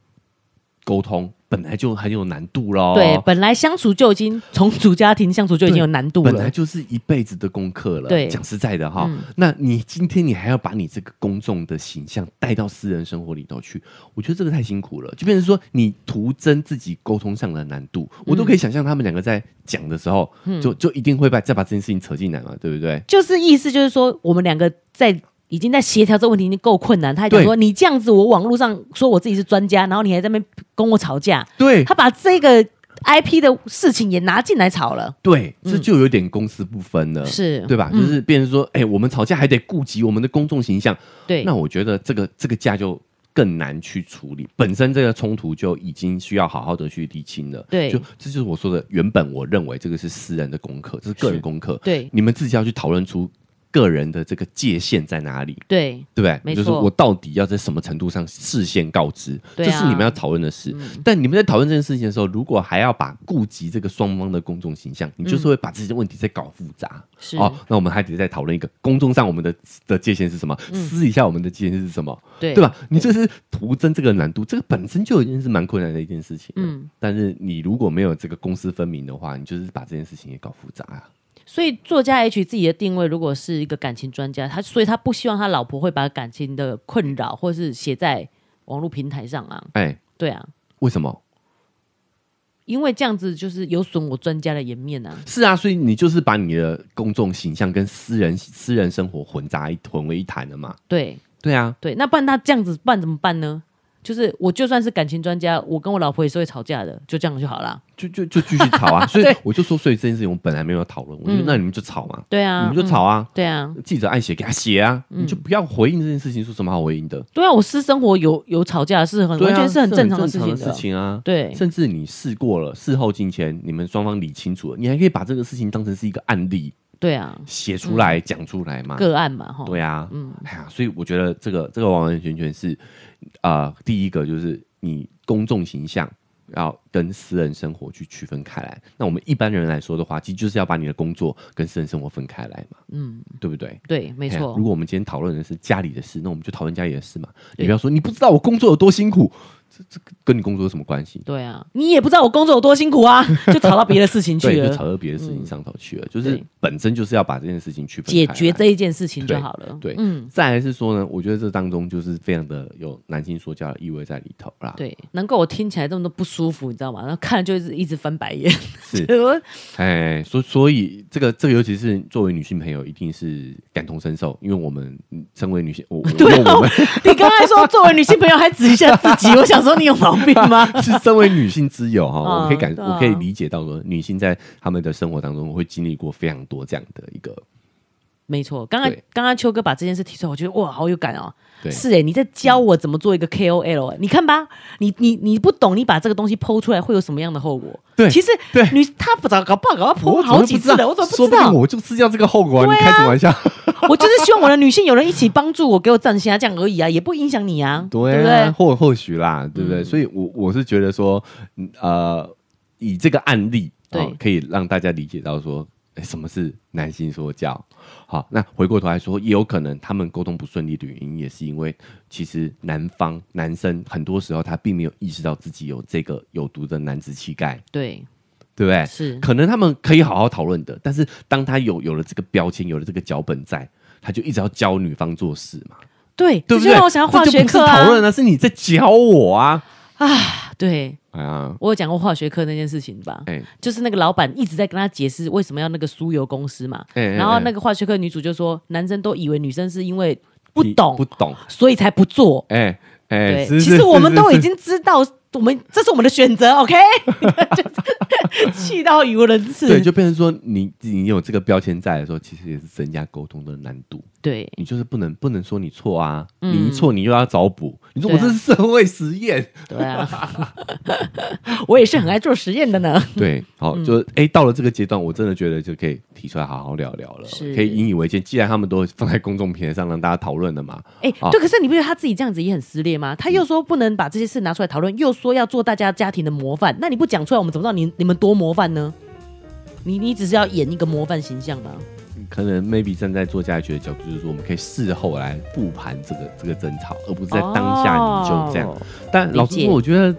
[SPEAKER 1] 沟通本来就很有难度喽，
[SPEAKER 2] 对，本来相处就已经重组家庭相处就已经有难度
[SPEAKER 1] 本来
[SPEAKER 2] 了，
[SPEAKER 1] 就是一辈子的功课了。
[SPEAKER 2] 对
[SPEAKER 1] 讲实在的哈，那你今天你还要把你这个公众的形象带到私人生活里头去，我觉得这个太辛苦了，就变成说你徒增自己沟通上的难度。我都可以想象他们两个在讲的时候，就就一定会把再把这件事情扯进来嘛，对不对？
[SPEAKER 2] 就是意思就是说，我们两个在。已经在协调这个问题已经够困难，他还讲
[SPEAKER 1] 对
[SPEAKER 2] 说你这样子，我网络上说我自己是专家，然后你还在那边跟我吵架，
[SPEAKER 1] 对
[SPEAKER 2] 他把这个 IP 的事情也拿进来吵了，
[SPEAKER 1] 对，这就有点公私不分了。
[SPEAKER 2] 是
[SPEAKER 1] 对吧？嗯就是变成说，哎、我们吵架还得顾及我们的公众形象，
[SPEAKER 2] 对，
[SPEAKER 1] 那我觉得这个这个架就更难去处理，本身这个冲突就已经需要好好的去理清了。
[SPEAKER 2] 对
[SPEAKER 1] 就这就是我说的，原本我认为这个是私人的功课，这是个人功课，
[SPEAKER 2] 对
[SPEAKER 1] 你们自己要去讨论出个人的这个界限在哪里。
[SPEAKER 2] 对
[SPEAKER 1] 对不对？
[SPEAKER 2] 没
[SPEAKER 1] 就是
[SPEAKER 2] 错
[SPEAKER 1] 我到底要在什么程度上事先告知，
[SPEAKER 2] 对
[SPEAKER 1] 这
[SPEAKER 2] 啊嗯
[SPEAKER 1] 是你们要讨论的事。但你们在讨论这件事情的时候，如果还要把顾及这个双方的公众形象，你
[SPEAKER 2] 嗯
[SPEAKER 1] 就是会把这些问题再搞复杂。
[SPEAKER 2] 是
[SPEAKER 1] 哦，那我们还得再讨论一个公众上我们的的界限是什么，私底下我们的界限是什么，
[SPEAKER 2] 嗯对
[SPEAKER 1] 对吧？你这是徒增这个难度，这个本身就已经是蛮困难的一件事情。嗯，但是你如果没有这个公私分明的话，你就是把这件事情也搞复杂啊。
[SPEAKER 2] 所以作家 H 自己的定位如果是一个感情专家，他所以他不希望他老婆会把感情的困扰或是写在网络平台上啊，
[SPEAKER 1] 哎，
[SPEAKER 2] 对啊，
[SPEAKER 1] 为什么？
[SPEAKER 2] 因为这样子就是有损我专家的颜面啊。
[SPEAKER 1] 是啊，所以你就是把你的公众形象跟私人私人生活混杂一混为一谈了嘛？
[SPEAKER 2] 对
[SPEAKER 1] 对啊，
[SPEAKER 2] 对，那不然他这样子办怎么办呢？就是我就算是感情专家，我跟我老婆也是会吵架的，就这样就好啦。
[SPEAKER 1] 就就就继续吵 啊。所以
[SPEAKER 2] 对
[SPEAKER 1] 我就说，所以这件事情我本来没有要讨论，我就那你们就吵嘛，
[SPEAKER 2] 对啊，
[SPEAKER 1] 你们就
[SPEAKER 2] 嗯
[SPEAKER 1] 吵啊。
[SPEAKER 2] 对啊，
[SPEAKER 1] 记者爱写给他写啊，
[SPEAKER 2] 嗯
[SPEAKER 1] 你就不要回应这件事情，说什么好回应的？
[SPEAKER 2] 对啊，我私生活有有吵架是很、
[SPEAKER 1] 对
[SPEAKER 2] 嗯完
[SPEAKER 1] 啊
[SPEAKER 2] 全是很
[SPEAKER 1] 这
[SPEAKER 2] 正常的事
[SPEAKER 1] 事
[SPEAKER 2] 情的，
[SPEAKER 1] 情啊。
[SPEAKER 2] 对
[SPEAKER 1] 甚至你试过了，事后进前，你们双方理清楚了，你还可以把这个事情当成是一个案例
[SPEAKER 2] 对啊，
[SPEAKER 1] 写出来、讲出来嘛。
[SPEAKER 2] 个案嘛哈，
[SPEAKER 1] 对啊，嗯，哎呀，所以我觉得这个这个完完全全是，啊，第一个就是你公众形象要跟私人生活去区分开来。那我们一般人来说的话，其实就是要把你的工作跟私人生活分开来嘛，嗯，对不对？
[SPEAKER 2] 对，没
[SPEAKER 1] 哎呀
[SPEAKER 2] 错
[SPEAKER 1] 如，果我们今天讨论的是家里的事，那我们就讨论家里的事嘛。你不要说你不知道我工作有多辛苦，这这跟你工作有什么关系？
[SPEAKER 2] 对啊，你也不知道我工作有多辛苦 啊，就吵到别的事情
[SPEAKER 1] 对，
[SPEAKER 2] 去
[SPEAKER 1] 就
[SPEAKER 2] 了，嗯
[SPEAKER 1] 扯到别的事情上头去了。就是
[SPEAKER 2] 对
[SPEAKER 1] 本身就是要把这件事情区分
[SPEAKER 2] 解
[SPEAKER 1] 开
[SPEAKER 2] 决
[SPEAKER 1] 来
[SPEAKER 2] 这一件事情就好了。
[SPEAKER 1] 对，
[SPEAKER 2] 嗯，
[SPEAKER 1] 再来是说呢，我觉得这当中就是非常的有男性说教的意味在里头啦。，
[SPEAKER 2] 对，难怪我听起来这么多不舒服，你知道吗？然后看了就是一直翻白眼。
[SPEAKER 1] 是
[SPEAKER 2] 我
[SPEAKER 1] 哎，所所以这个这个，尤其是作为女性朋友，一定是感同身受，因为我们嗯身为女 性，我我因
[SPEAKER 2] 对啊
[SPEAKER 1] 为我们
[SPEAKER 2] 你刚才说作为女性朋友还指一下自己，我想说你有毛病吗？
[SPEAKER 1] 是身为女性之友哈，我可以感，
[SPEAKER 2] 嗯对啊
[SPEAKER 1] 我可以理解到说，女性在她们的生活当中会经历过非常多这样的一个
[SPEAKER 2] 没错，刚刚
[SPEAKER 1] 对
[SPEAKER 2] 刚刚秋哥把这件事提出来，我觉得哇，好有感哦。
[SPEAKER 1] 对
[SPEAKER 2] 是哎、你在教我怎么做一个 KOL，、欸、你看吧，你你你不懂，你把这个东西剖出来会有什么样的后果？
[SPEAKER 1] 对
[SPEAKER 2] 其实
[SPEAKER 1] 对
[SPEAKER 2] 女他不搞搞不好搞不
[SPEAKER 1] 我
[SPEAKER 2] 好剖
[SPEAKER 1] 怎么
[SPEAKER 2] 好
[SPEAKER 1] 会
[SPEAKER 2] 几
[SPEAKER 1] 不
[SPEAKER 2] 次了，我怎么
[SPEAKER 1] 说
[SPEAKER 2] 不
[SPEAKER 1] 不
[SPEAKER 2] 知
[SPEAKER 1] 定
[SPEAKER 2] 道？
[SPEAKER 1] 我就知道这个后果、啊？你开什么玩笑？
[SPEAKER 2] 我就是希望我的女性有人一起帮助我，给我站起来，这样而已啊，也不影响你啊，
[SPEAKER 1] 对
[SPEAKER 2] 不
[SPEAKER 1] 啊，
[SPEAKER 2] 对？嗯
[SPEAKER 1] 或或许啦，对不对？所以我，我是觉得说，嗯呃，以这个案例，
[SPEAKER 2] 对
[SPEAKER 1] 哦可以让大家理解到说，诶什么是男性说教。好，那回过头来说，也有可能他们沟通不顺利的原因，也是因为其实男方男生很多时候他并没有意识到自己有这个有毒的男子气概，
[SPEAKER 2] 对，
[SPEAKER 1] 对不对？
[SPEAKER 2] 是，
[SPEAKER 1] 可能他们可以好好讨论的，但是当他有有了这个标签，有了这个脚本在，他就一直要教女方做事嘛。
[SPEAKER 2] 对，
[SPEAKER 1] 对
[SPEAKER 2] 这
[SPEAKER 1] 不
[SPEAKER 2] 就
[SPEAKER 1] 对？
[SPEAKER 2] 让我想到化
[SPEAKER 1] 这就
[SPEAKER 2] 学
[SPEAKER 1] 不是
[SPEAKER 2] 课啊
[SPEAKER 1] 讨论啊，是你在教我啊！
[SPEAKER 2] 啊！对
[SPEAKER 1] 哎呀，
[SPEAKER 2] 我有讲过化学课那件事情吧？
[SPEAKER 1] 哎
[SPEAKER 2] 就是那个老板一直在跟他解释为什么要那个酥油公司嘛，
[SPEAKER 1] 哎，
[SPEAKER 2] 然后那
[SPEAKER 1] 个
[SPEAKER 2] 个化学课女主就说，男生都以为女生是因为不懂，
[SPEAKER 1] 哎不懂，
[SPEAKER 2] 所以才不做。
[SPEAKER 1] 哎哎，
[SPEAKER 2] 对，
[SPEAKER 1] 是
[SPEAKER 2] 其
[SPEAKER 1] 是
[SPEAKER 2] 实我
[SPEAKER 1] 是
[SPEAKER 2] 们
[SPEAKER 1] 是
[SPEAKER 2] 都已
[SPEAKER 1] 是
[SPEAKER 2] 经知道，我们这是我们的选择，OK？就是气到语无伦次。
[SPEAKER 1] 对，就变成说你你有这个标签在的时候，其实也是增加沟通的难度。
[SPEAKER 2] 对
[SPEAKER 1] 你就是不能不能说你错啊，
[SPEAKER 2] 嗯
[SPEAKER 1] 你一错你又要找补。你说
[SPEAKER 2] 对
[SPEAKER 1] 我
[SPEAKER 2] 啊
[SPEAKER 1] 这是社会实 验，
[SPEAKER 2] 对啊，我也是很爱做实验 的呢。
[SPEAKER 1] 对，好，
[SPEAKER 2] 嗯
[SPEAKER 1] 就哎、到了这个阶段，我真的觉得就可以提出来好好聊聊了，
[SPEAKER 2] 是
[SPEAKER 1] 可以引以为戒。既然他们都放在公众平台上让大家讨论了嘛，
[SPEAKER 2] 哎、
[SPEAKER 1] 好
[SPEAKER 2] 对，可是你不觉得他自己这样子也很撕裂
[SPEAKER 1] 嗯
[SPEAKER 2] 吗？他又说不能把这些事拿出来讨论，又说要做大家家庭的模范，那你不讲出来，我们怎么知道你你们多模范呢？你你只是要演一个模范形象嘛？
[SPEAKER 1] 可能 maybe 站在作家学的角度，就是说我们可以事后来复盘这个这个争吵，而不是在当下你就这样。
[SPEAKER 2] 哦
[SPEAKER 1] 但老实
[SPEAKER 2] 理解
[SPEAKER 1] 说，我觉得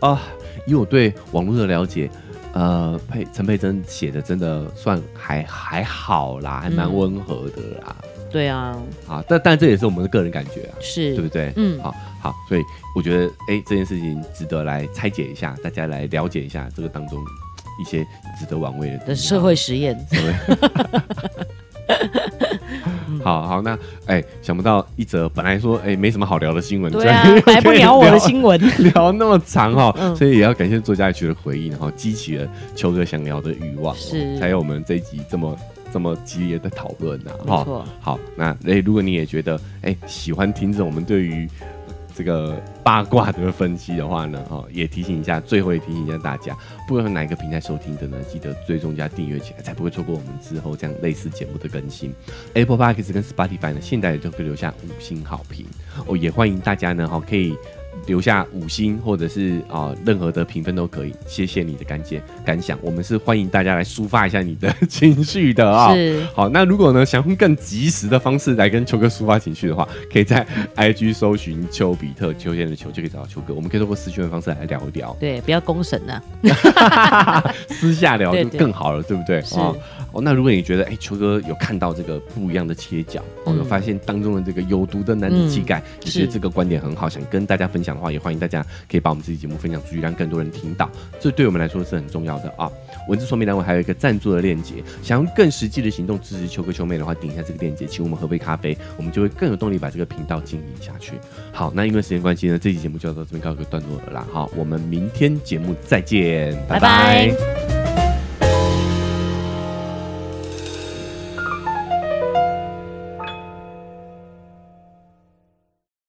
[SPEAKER 1] 啊、以我对网络的了解，呃，佩陈佩珍写的真的算还还好啦，还蛮
[SPEAKER 2] 嗯
[SPEAKER 1] 温和的啦。
[SPEAKER 2] 对啊，
[SPEAKER 1] 啊，但但这也是我们的个人感觉啊，
[SPEAKER 2] 是，
[SPEAKER 1] 对不对？
[SPEAKER 2] 嗯
[SPEAKER 1] 好好，所以我觉得，哎、这件事情值得来拆解一下，大家来了解一下这个当中嘖一些值得玩味的地
[SPEAKER 2] 的
[SPEAKER 1] 方
[SPEAKER 2] 社会实验，
[SPEAKER 1] 社会。 好好，那哎、想不到一则本来说哎、没什么好聊的新闻，
[SPEAKER 2] 对
[SPEAKER 1] 居 然
[SPEAKER 2] 啊
[SPEAKER 1] 又，可以
[SPEAKER 2] 白不了我
[SPEAKER 1] 聊
[SPEAKER 2] 的新闻。
[SPEAKER 1] 聊那么长哦，
[SPEAKER 2] 嗯
[SPEAKER 1] 所以也要感谢作家曲的回应，然后激起了秋哥想聊的欲望哦、
[SPEAKER 2] 是
[SPEAKER 1] 才有我们这一集这么这么激烈的讨论呐、
[SPEAKER 2] 没
[SPEAKER 1] 哈、
[SPEAKER 2] 错
[SPEAKER 1] 好，那诶、如果你也觉得诶、喜欢听着我们对于这个八卦的分析的话呢，哦，也提醒一下，最后也提醒一下大家，不管哪一个平台收听的呢，记得追踪加订阅起来，才不会错过我们之后这样类似节目的更新。Apple Podcast 跟 Spotify 呢，现在也都可以留下五星好评哦，也欢迎大家呢，哦，可以留下五星或者是啊、任何的评分都可以。谢谢你的感见感想，我们是欢迎大家来抒发一下你的 情绪的啊、
[SPEAKER 2] 是
[SPEAKER 1] 好，那如果呢想用更及时的方式来跟秋哥抒发情绪的话，可以在 IG 搜寻丘比特秋天的秋就可以找到秋哥。我们可以通过私讯的方式来聊一聊，
[SPEAKER 2] 对，不要公审啊呐、
[SPEAKER 1] 私下聊
[SPEAKER 2] 对
[SPEAKER 1] 就
[SPEAKER 2] 对
[SPEAKER 1] 更好了，对不对？
[SPEAKER 2] 是
[SPEAKER 1] 哦哦，那如果你觉得哎、秋哥有看到这个不一样的切角，哦，
[SPEAKER 2] 嗯
[SPEAKER 1] 有发现当中的这个有毒的男子气概，你觉得
[SPEAKER 2] 是
[SPEAKER 1] 这个观点很好，想跟大家分享的话，也欢迎大家可以把我们这期节目分享出去，让更多人听到，这对我们来说是很重要的啊。文字说明栏位还有一个赞助的链接，想用更实际的行动支持秋哥秋妹的话，点一下这个链接，请我们喝杯咖啡，我们就会更有动力把这个频道经营下去。好，那因为时间关系呢，这期节目就要到这边告一个段落了啦。哈，我们明天节目再见，拜拜
[SPEAKER 2] 拜拜